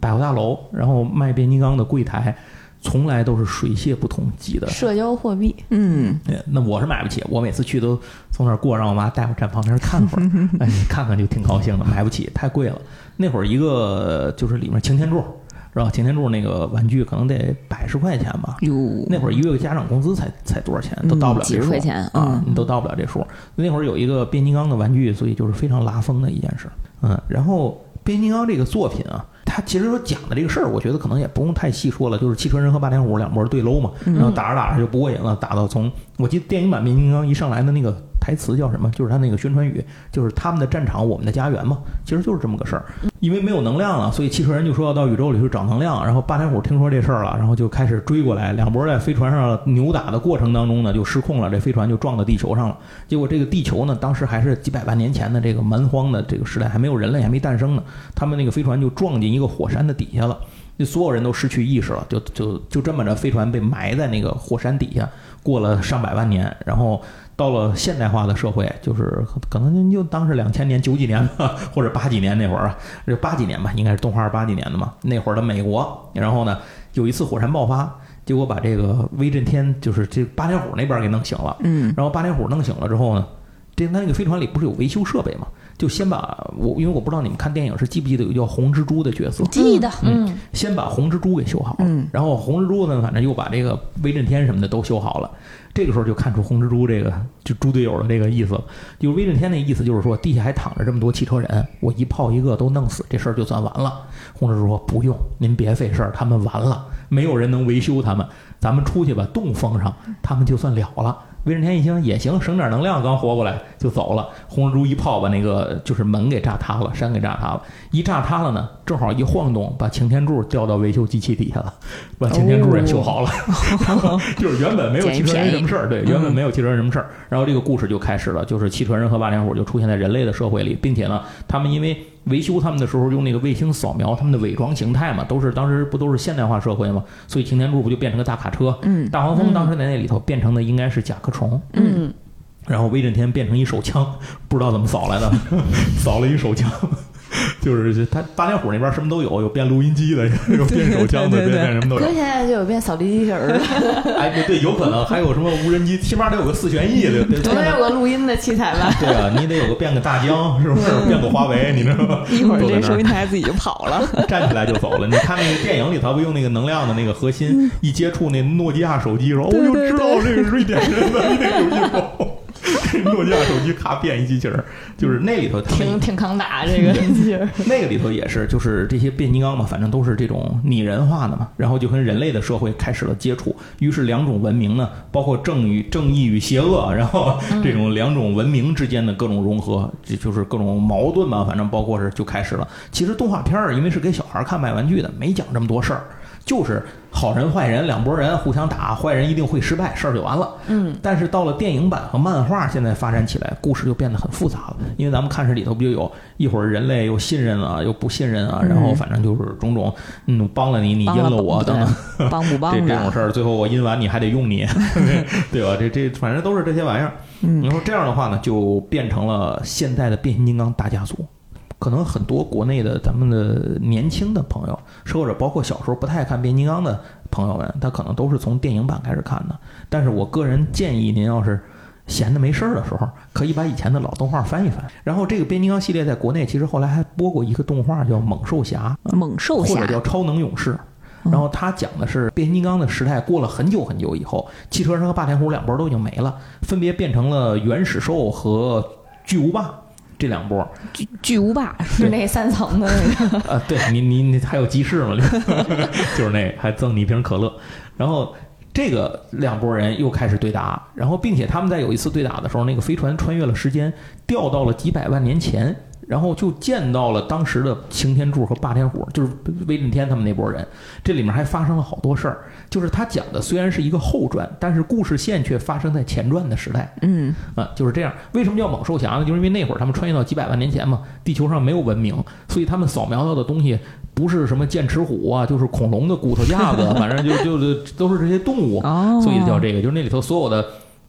百货大楼，然后卖变形金刚的柜台。从来都是水泄不通级的，社交货币。嗯，哎那我是买不起，我每次去都从那儿过，让我妈带我站旁边看会儿，哎，看看就挺高兴的。买不起，太贵了。那会儿一个就是里面擎天柱，然后擎天柱那个玩具可能得百十块钱吧。哟，那会儿一个月家长工资才才多少钱，都嗯到不了几这十数块钱啊，嗯你都到不了这数。那会儿有一个变形金刚的玩具，所以就是非常拉风的一件事。嗯，然后变形金刚这个作品啊，它其实说讲的这个事儿，我觉得可能也不用太细说了，就是汽车人和霸天虎两拨儿对搂嘛，嗯然后打着打着就不过瘾了，打到从我记得电影版变形金刚一上来的那个台词叫什么，就是他那个宣传语，就是他们的战场，我们的家园嘛，其实就是这么个事儿。因为没有能量了，所以汽车人就说要到宇宙里去找能量。然后霸天虎听说这事儿了，然后就开始追过来。两拨在飞船上扭打的过程当中呢，就失控了，这飞船就撞到地球上了。结果这个地球呢，当时还是几百万年前的这个蛮荒的这个时代，还没有人类，还没诞生呢。他们那个飞船就撞进一个火山的底下了，就所有人都失去意识了，就就就这么着，飞船被埋在那个火山底下，过了上百万年，然后。到了现代化的社会，就是可能就当是两千年九几年吧，或者八几年那会儿啊，这八几年吧，应该是动画是八几年的嘛。啊那会儿的美国，然后呢，有一次火山爆发，结果把这个威震天，就是这霸天虎那边给弄醒了。嗯然后霸天虎弄醒了之后呢，这他那个飞船里不是有维修设备嘛？就先把我，因为我不知道你们看电影是记不记得有叫红蜘蛛的角色，记得，嗯嗯，先把红蜘蛛给修好了，嗯然后红蜘蛛呢，反正又把这个威震天什么的都修好了。这个时候就看出红蜘蛛这个就猪队友的这个意思了，就是威震天那意思就是说地下还躺着这么多汽车人，我一炮一个都弄死，这事儿就算完了。红蜘蛛说不用，您别费事儿，他们完了，没有人能维修他们，咱们出去把洞封上，他们就算了了。威震天一听也行，省点能量，刚活过来就走了。红蜘蛛一炮把那个就是门给炸塌了，山给炸塌了。一炸塌了呢，正好一晃动，把擎天柱掉到维修机器底下了，把擎天柱也修好了。 就是原本没有汽车人什么事儿，对，嗯原本没有汽车人什么事儿。然后这个故事就开始了，就是汽车人和霸天虎就出现在人类的社会里，并且呢，他们因为维修他们的时候用那个卫星扫描他们的伪装形态嘛，都是当时不都是现代化社会嘛，所以擎天柱不就变成个大卡车？嗯大黄蜂当时在那里头变成的应该是甲壳虫，嗯然 然后威震天变成一手枪，不知道怎么扫来的，扫了一手枪，就是他大连虎那边什么都有，有变录音机的， 有变手枪的，对对对对变变什么都哥有。现在就有变扫地机器人儿了， 哎，对对，有可能还有什么无人机，起码得有个四旋翼，对对总得有个录音的器材 吧？ 对啊，你得有个变个 大疆，是不是？变个华为，你知道吗？一会儿坐在这那收银台自己就跑了。 站起来就走了。你看那个电影里头不用那个能量的那个核心，一接触那诺基亚手机说，哦嗯我对就对知道这个瑞典人的那个有一 种。诺基亚手机咔变一机器人儿，就是那里头他们挺 挺抗打这个嗯机器人。那个里头也是，就是这些变形金刚嘛，反正都是这种拟人化的嘛，然后就跟人类的社会开始了接触，于是两种文明呢， 包括正与正义与邪恶， 然后这种两种文明之间的各种融合，这就是各种矛盾吧，反正包括是就开始了。其实动画片儿因为是给小孩儿看卖玩具的，没讲这么多事儿。就是好人坏人两拨人互相打，坏人一定会失败，事儿就完了。嗯，但是到了电影版和漫画现在发展起来，故事就变得很复杂了，因为咱们看这里头不就有一会儿人类又信任啊，又不信任啊，然后反正就是种种，嗯，帮了你，你阴嗯帮了我等等，对帮不这帮这种的？事儿，最后我阴完你还得 用你，对吧？这这反正都是这些玩意儿。嗯你说这样的话呢，就变成了现在的变形金刚大家族。可能很多国内的咱们的年轻的朋友，是或者包括小时候不太爱看变形金刚的朋友们，他可能都是从电影版开始看的。但是我个人建议您，要是闲着没事儿的时候，可以把以前的老动画翻一翻。然后这个变形金刚系列在国内其实后来还播过一个动画叫《猛兽侠》，猛兽或侠者叫超能勇士。嗯然后他讲的是变形金刚的时代过了很久很久以后，汽车人和霸天虎两波都已经没了，分别变成了原始兽和巨无霸这两波。巨巨无霸，是那三层的那个， 啊，对你你你还有鸡翅吗？ 就是那还赠你一瓶可乐，然后。这个两拨人又开始对打，然后并且他们在有一次对打的时候，那个飞船穿越了时间，掉到了几百万年前，然后就见到了当时的擎天柱和霸天虎，就是威震天他们那拨人。这里面还发生了好多事儿，就是他讲的虽然是一个后传，但是故事线却发生在前传的时代。嗯，啊，就是这样。为什么叫猛兽侠呢？就是因为那会儿他们穿越到几百万年前嘛，地球上没有文明，所以他们扫描到的东西不是什么剑齿虎啊，就是恐龙的骨头架子，啊反正就就就都是这些动物，哦，所以就叫这个。就是那里头所有的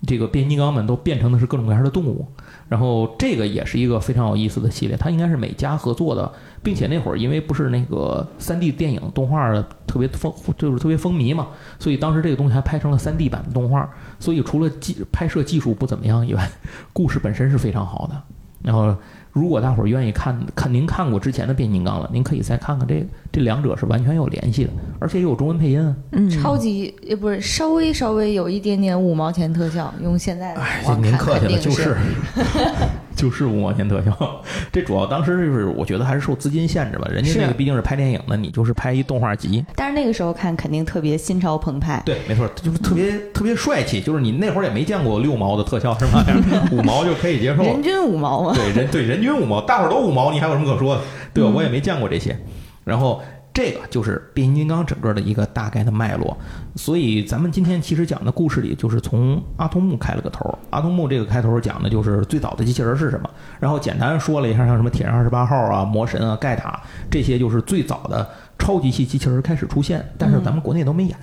这个变形金刚们都变成的是各种各样的动物。然后这个也是一个非常有意思的系列，它应该是美嘉合作的，并且那会儿因为不是那个三 D 电影动画的特别风，就是特别风靡嘛，所以当时这个东西还拍成了三 D 版的动画。所以除了技拍摄技术不怎么样以外，故事本身是非常好的。然后，如果大伙儿愿意看看您看过之前的变形金刚了，您可以再看看这个，这两者是完全有联系的，而且也有中文配音啊。嗯超级也不是稍微稍微有一点点五毛钱特效，用现在的哎眼，光您看客气肯了，定就是 就是五毛钱特效。 这主要当时就是我觉得还是受资金限制吧，人家那个是毕竟是拍电影的，你就是拍一动画集。但是那个时候看肯定特别心潮澎湃。对，没错，就是特别特别帅气，就是你那会儿也没见过六毛的特效 是吧？五毛就可以接受了人。均五毛嘛，对人对人均五毛，大伙儿都五毛，你还有什么可说的？对吧？我也没见过这些。然后这个就是变形金刚整个的一个大概的脉络。所以咱们今天其实讲的故事里，就是从阿童木开了个头儿。阿童木这个开头讲的就是最早的机器人是什么，然后简单说了一下，像什么铁人二十八号啊、魔神啊、盖塔这些，就是最早的超级系机器人开始出现，但是咱们国内都没演。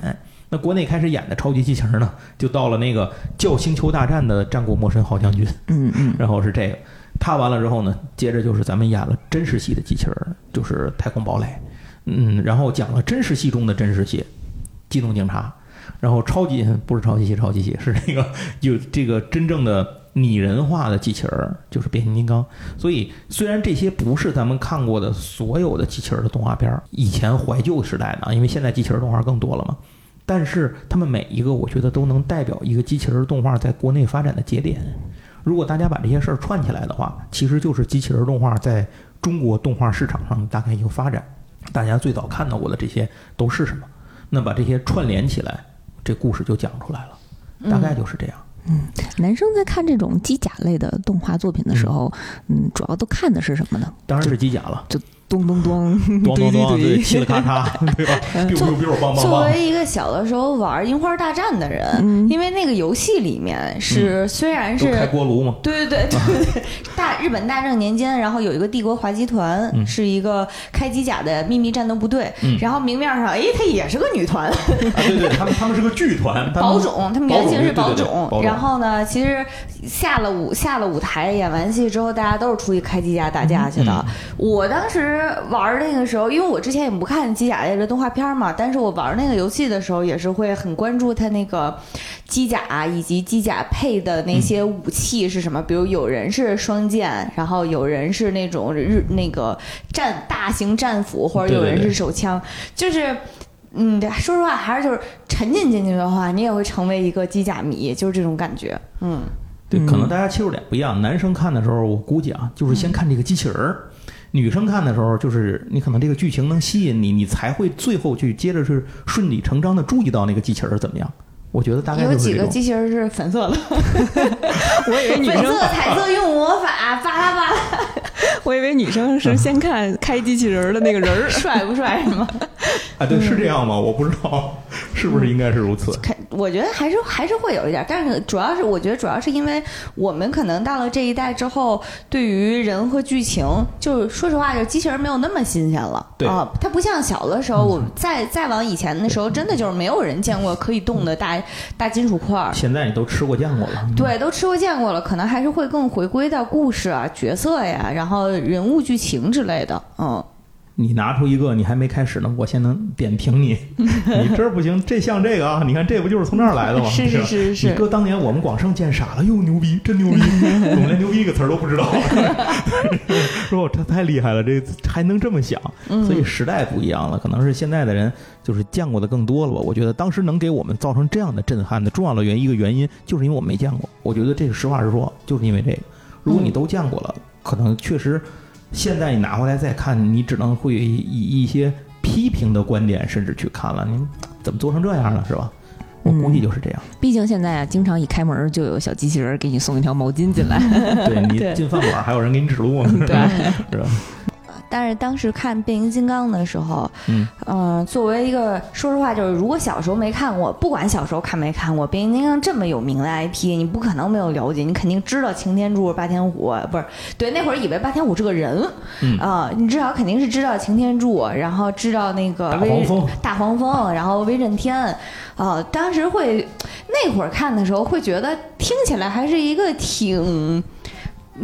那国内开始演的超级机器人呢，就到了那个《叫星球大战》的战国魔神豪将军，嗯嗯然后是这个，他完了之后呢，接着就是咱们演了真实系的机器人儿，就是太空堡垒，嗯，然后讲了真实系中的真实系，机动警察，然后超级不是超级系，超级系是那个有这个真正的拟人化的机器人儿，就是变形金刚。所以虽然这些不是咱们看过的所有的机器人儿的动画片儿，以前怀旧时代的啊，因为现在机器人儿动画更多了嘛。但是他们每一个，我觉得都能代表一个机器人儿动画在国内发展的节点。如果大家把这些事儿串起来的话，其实就是机器人动画在中国动画市场上的大概一个发展。大家最早看到过的这些都是什么？那把这些串联起来，这故事就讲出来嗯了，大概就是这样。男生在看这种机甲类的动画作品的时候，嗯，主要都看的是什么呢？当然是机甲了，咚咚咚，嗯咣对咣对咣，对对，嘁哩咔嚓， 对吧？biu biu biu，棒棒作棒。为一个小的时候玩樱花大战的人，嗯因为那个游戏里面是、虽然嗯都开是。锅炉嘛，对对对对 对，大日本大正年间，然后有一个帝国滑稽团，嗯是一个开机甲的秘密战斗部队，嗯然后明面上，哎，它也是个女团，啊对对，他们他们是个剧团，他宝们冢，他们原型是宝冢对对对冢宝冢。然后呢，其实嗯下了舞下了舞台，演完戏之后，大家都是出去开机甲打架去的。我当时实玩那个时候，因为我之前也不看机甲类的动画片嘛，但是我玩那个游戏的时候，也是会很关注它那个机甲啊以及机甲配的那些武器是什么。比如有人是双剑，然后有人是那种日那个战大型战斧，或者有人对对是对手枪，就是。嗯，对说实话，还是就是沉浸进去的话，你也会成为一个机甲迷，就是这种感觉。嗯，对，可能大家切入点不一样。男生看的时候，我估计啊，就是先看这个机器人儿；女生看的时候，就是你可能这个剧情能吸引你，你才会最后去接着是顺理成章的注意到那个机器人儿怎么样。我觉得大概有就是几这个种。机器人是粉色 的， 我以为女粉生色、彩色用魔法，巴拉巴拉。我以为女生嗯是先看开机器人儿的那个人儿，帅不帅是吗？啊，对，是这样吗？我不知道，是不是应该是 如此？看，我觉得还是还是会有一点，但是主要是我觉得主要是因为我们可能到了这一代之后，对于人和剧情，就是说实话，就机器人没有那么新鲜了。对啊，它不像小的时候，我再再往以前的时候，真的就是没有人见过可以动的大大金属块儿。现在你都吃过见过了，对，都吃过见过了，可能还是会更回归到故事啊、角色呀，然后人物剧情之类的。嗯，你拿出一个你还没开始呢，我先能点 评你。你这儿不行，这像这个啊，你看这不就是从这儿来的吗？是吧是是你是，搁当年我们广盛见傻了，哟牛逼，真牛逼！我们连牛逼一个词儿都不知道，说这太厉害了，这还能这么想。所以时代不一样了，可能是现在的人就是见过的更多了吧。我觉得当时能给我们造成这样的震撼的重要的原因，一个原因就是因为我们没见过。我觉得这个实话实说，就是因为这个。如果你都见过了，可能确实现在你拿回来再看，你只能会以一些批评的观点甚至去看了，你怎么做成这样了，是吧？我估计就是这样。毕竟现在啊，经常一开门儿就有小机器人儿给你送一条毛巾 进来。对你对进饭馆还有人给你指路呢， 对 嗯是吧？但是当时看《变形金刚》的时候，嗯，嗯，作为一个说实话，就是如果小时候没看过，不管小时候看没看过，《变形金刚》这么有名的 IP，你不可能没有了解，你肯定知道擎天柱、霸天虎，不是对，那会儿以为霸天虎是个人，嗯啊、你至少肯定是知道擎天柱，然后知道那个大威黄蜂大黄蜂，然后威震天，啊、当时会那会儿看的时候会觉得听起来还是一个挺。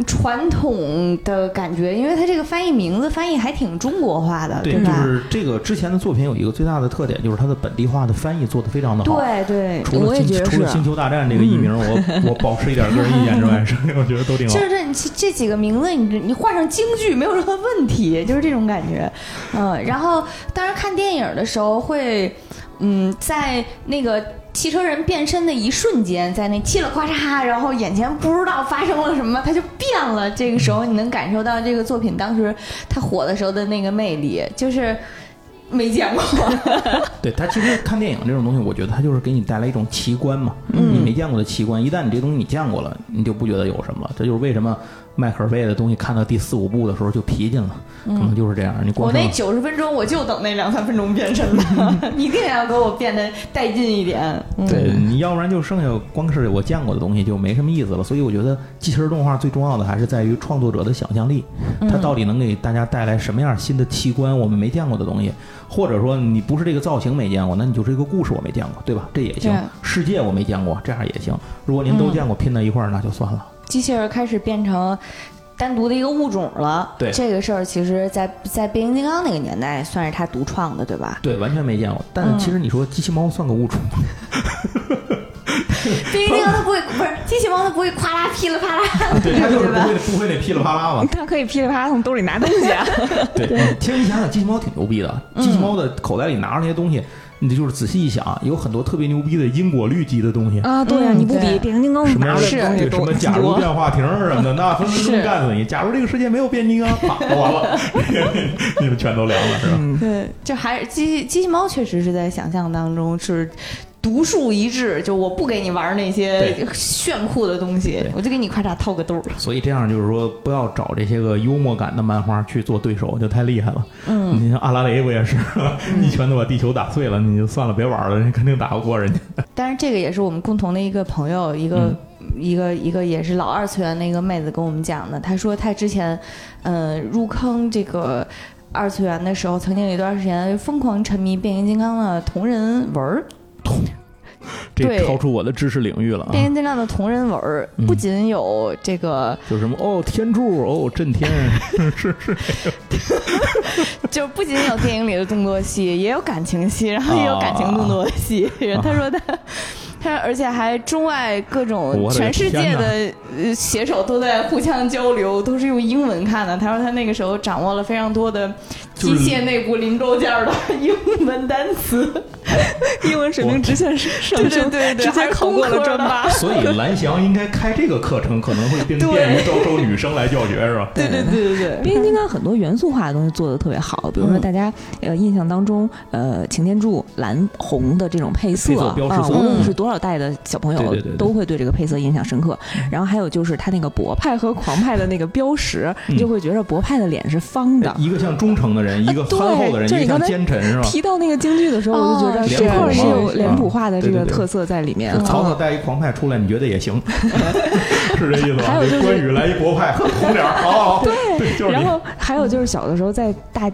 传统的感觉，因为它这个翻译名字翻译还挺中国化的，对，就吧？是这个之前的作品有一个最大的特点，就是它的本地化的翻译做得非常的好。对对，除我了也觉星得除了啊是嗯星球大战这个译 名，我我保持一点个人意见之外，剩下我觉得都挺好就。是这这这几个名字，你这你换上京剧没有任何问题，就是这种感觉。嗯，然后当然看电影的时候会，嗯，在那个汽车人变身的一瞬间，在那嘁了咔嚓，然后眼前不知道发生了什么，他就变了。这个时候你能感受到这个作品当时它火的时候的那个魅力，就是没见过。对它其实看电影这种东西，我觉得它就是给你带来一种奇观嘛，嗯你没见过的奇观。一旦你这东西你见过了，你就不觉得有什么了。这就是为什么迈克尔贝的东西看到第四五部的时候就疲劲了，可嗯能就是这样。你光我那剩九十分钟，我就等那两三分钟变身的，你一定要给我变得带劲一点。嗯、对，你要不然就剩下光是我见过的东西就没什么意思了。所以我觉得机器人动画最重要的还是在于创作者的想象力，嗯它到底能给大家带来什么样新的奇观，我们没见过的东西，或者说你不是这个造型没见过，那你就是这个故事我没见过，对吧？这也行对，世界我没见过，这样也行。如果您都见过，拼到一块儿那就算了。机器人开始变成单独的一个物种了。对这个事儿，其实在，在变形金刚那个年代，算是他独创的，对吧？ 对，完全没见过。但嗯是其实你说机器猫算个物种吗，变形金刚它不会，不是机器猫，它不会咵啦噼里啪啦，对，它就是对不吧？会不会那噼里啪啦嘛。他哦可以噼里啪啦从兜里拿东西啊。 对，其实你想想，机器猫挺牛逼的。机器猫的口袋里拿着那些东西，你就是仔细一想，有很多特别牛逼的因果律级的东西， 啊，对对呀呀，你你不不比比变形金刚什么拿样的的东东西西，什多么 假如变化瓶儿什么的，那分分钟是干死你。假如这个世界没有变形金刚，好完了， 你们全都凉了，是吧？ 对，就还是机机器猫确实是在想象当中是。独树一帜，就我不给你玩那些对炫酷的东西对，我就给你咔嚓掏个兜儿。所以这样就是说，不要找这些个幽默感的漫画去做对手，就太厉害了。嗯，你像阿拉蕾不也是， 一拳都把地球打碎了，你就算了，别玩了，人家肯定打不过人家。但是这个也是我们共同的一个朋友，一个、一个一个也是老二次元那个妹子跟我们讲的。她说她之前，嗯、入坑这个二次元的时候，曾经有一段时间疯狂沉迷变形金刚的同人文儿。这对超出我的知识领域了啊！变形金刚的同人文儿嗯不仅有这个，就是什么哦，天柱哦，震 天，就不仅有电影里的动作戏，也有感情戏，啊然后也有感情动作戏。啊他说他。他而且还中外各种我的全世界天哪的呃写手都在互相交流，都是用英文看的。他说他那个时候掌握了非常多的机就是械内部零构件的英文单词， 英文水平直线上对升， 对对对，直接还考过了工科专的 八。所以蓝翔应该开这个课程，可能会便便于招收女生来教学，是吧？对对对对对，变形金刚很多元素化的东西做的特别好，比如说嗯大家呃印象当中，呃擎天柱蓝红的这种配色配色标识啊，色无论嗯是多少代的小朋友对对对对都会对这个配色印象深刻。然后还有就是他那个博派和狂派的那个标识，嗯你就会觉得博派的脸是方的。一个像忠诚的人，一个啊对憨厚的人，就是一你刚个像才奸臣，是吧？啊提到那个京剧的时候，我就哦觉得是这块儿脸谱是嘛有是吧脸谱化的这对个对对特色在里面。曹操啊带一狂派出来，你觉得 也行，是这意思吧？还有就是关羽来一博派，红脸儿，好好，对，就是然你。后还有就是小的时候在大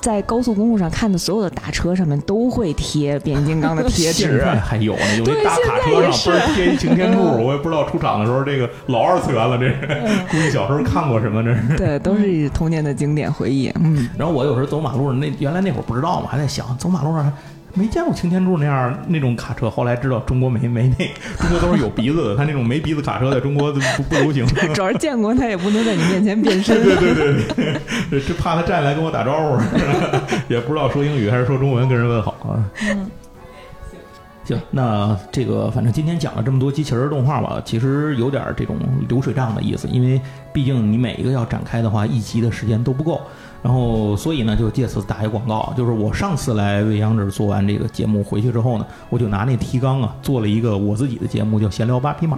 在高速公路上看的所有的大车上面都会贴变形金刚的贴现纸，在还有呢，有对一大卡现在也车上是不是贴一擎天柱，我也不知道出场的时候这个老二次元了，这嗯是 估计小时候看过什么这是。 对，都是童年的经典回忆。 嗯，然后我有时候走马路上，那原来那会儿不知道嘛，还在想走马路上还没见过擎天柱那样那种卡车。后来知道中国没没那，中国都是有鼻子的，他那种没鼻子卡车在中国不不流行。主要是见过他也不能在你面前变身。对对对对对， 这怕他站起来跟我打招呼， 也不知道说英语还是说中文跟人问好啊。嗯，行，那这个反正今天讲了这么多机器人动画吧，其实有点这种流水账的意思，因为毕竟你每一个要展开的话，一集的时间都不够。然后，所以呢，就借此打一广告，就是我上次来未央这儿做完这个节目回去之后呢，我就拿那提纲啊做了一个我自己的节目，叫《闲聊八匹马》。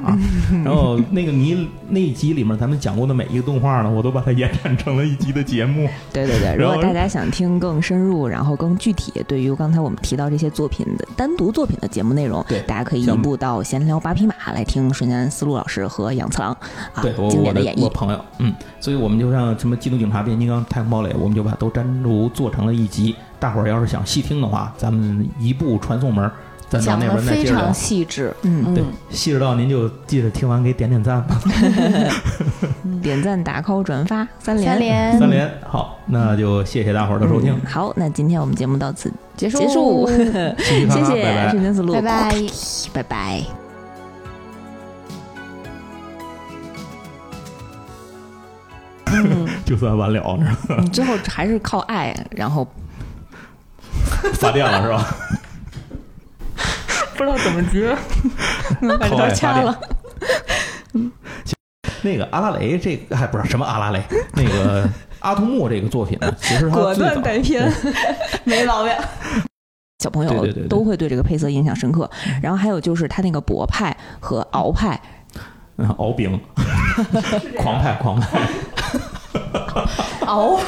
嗯然后那个你那一集里面咱们讲过的每一个动画呢，我都把它延展成了一集的节目。对对对，然如后果大家想听更深入，然后更具体，对于刚才我们提到这些作品的单独作品的节目内容对，大家可以移像步到闲聊八匹马来听瞬间思路老师和杨次郎啊对，我经我典的演我绎。朋友，嗯，所以我们就像什么机动警察、变形金刚、太空堡垒，我们就把都单独做成了一集。大伙儿要是想细听的话，咱们一步传送门儿，咱到讲那的边再非接着聊常。细致，嗯，对，细致到您就记着听完给点点赞吧，点赞、打 call、转发三连。嗯三连三连。好，那就谢谢大伙儿的收听嗯，好，那今天我们节目到此结束结 束，谢谢嗯谢大拜谢拜瞬。间思路，拜拜。拜拜。 就算完了，是吧？嗯最后还是靠爱，然后发电了是吧？不知道怎么 接，把这靠段爱发掐电了。那个阿拉蕾这个，哎，不是什么阿拉蕾，那个阿童木这个作品呢，其实 它果最断早改编，没毛病。小朋对对友对对都会对这个配色印象深刻。然后还有就是他那个博派和鳌派，嗯敖丙， 狂派狂派，熬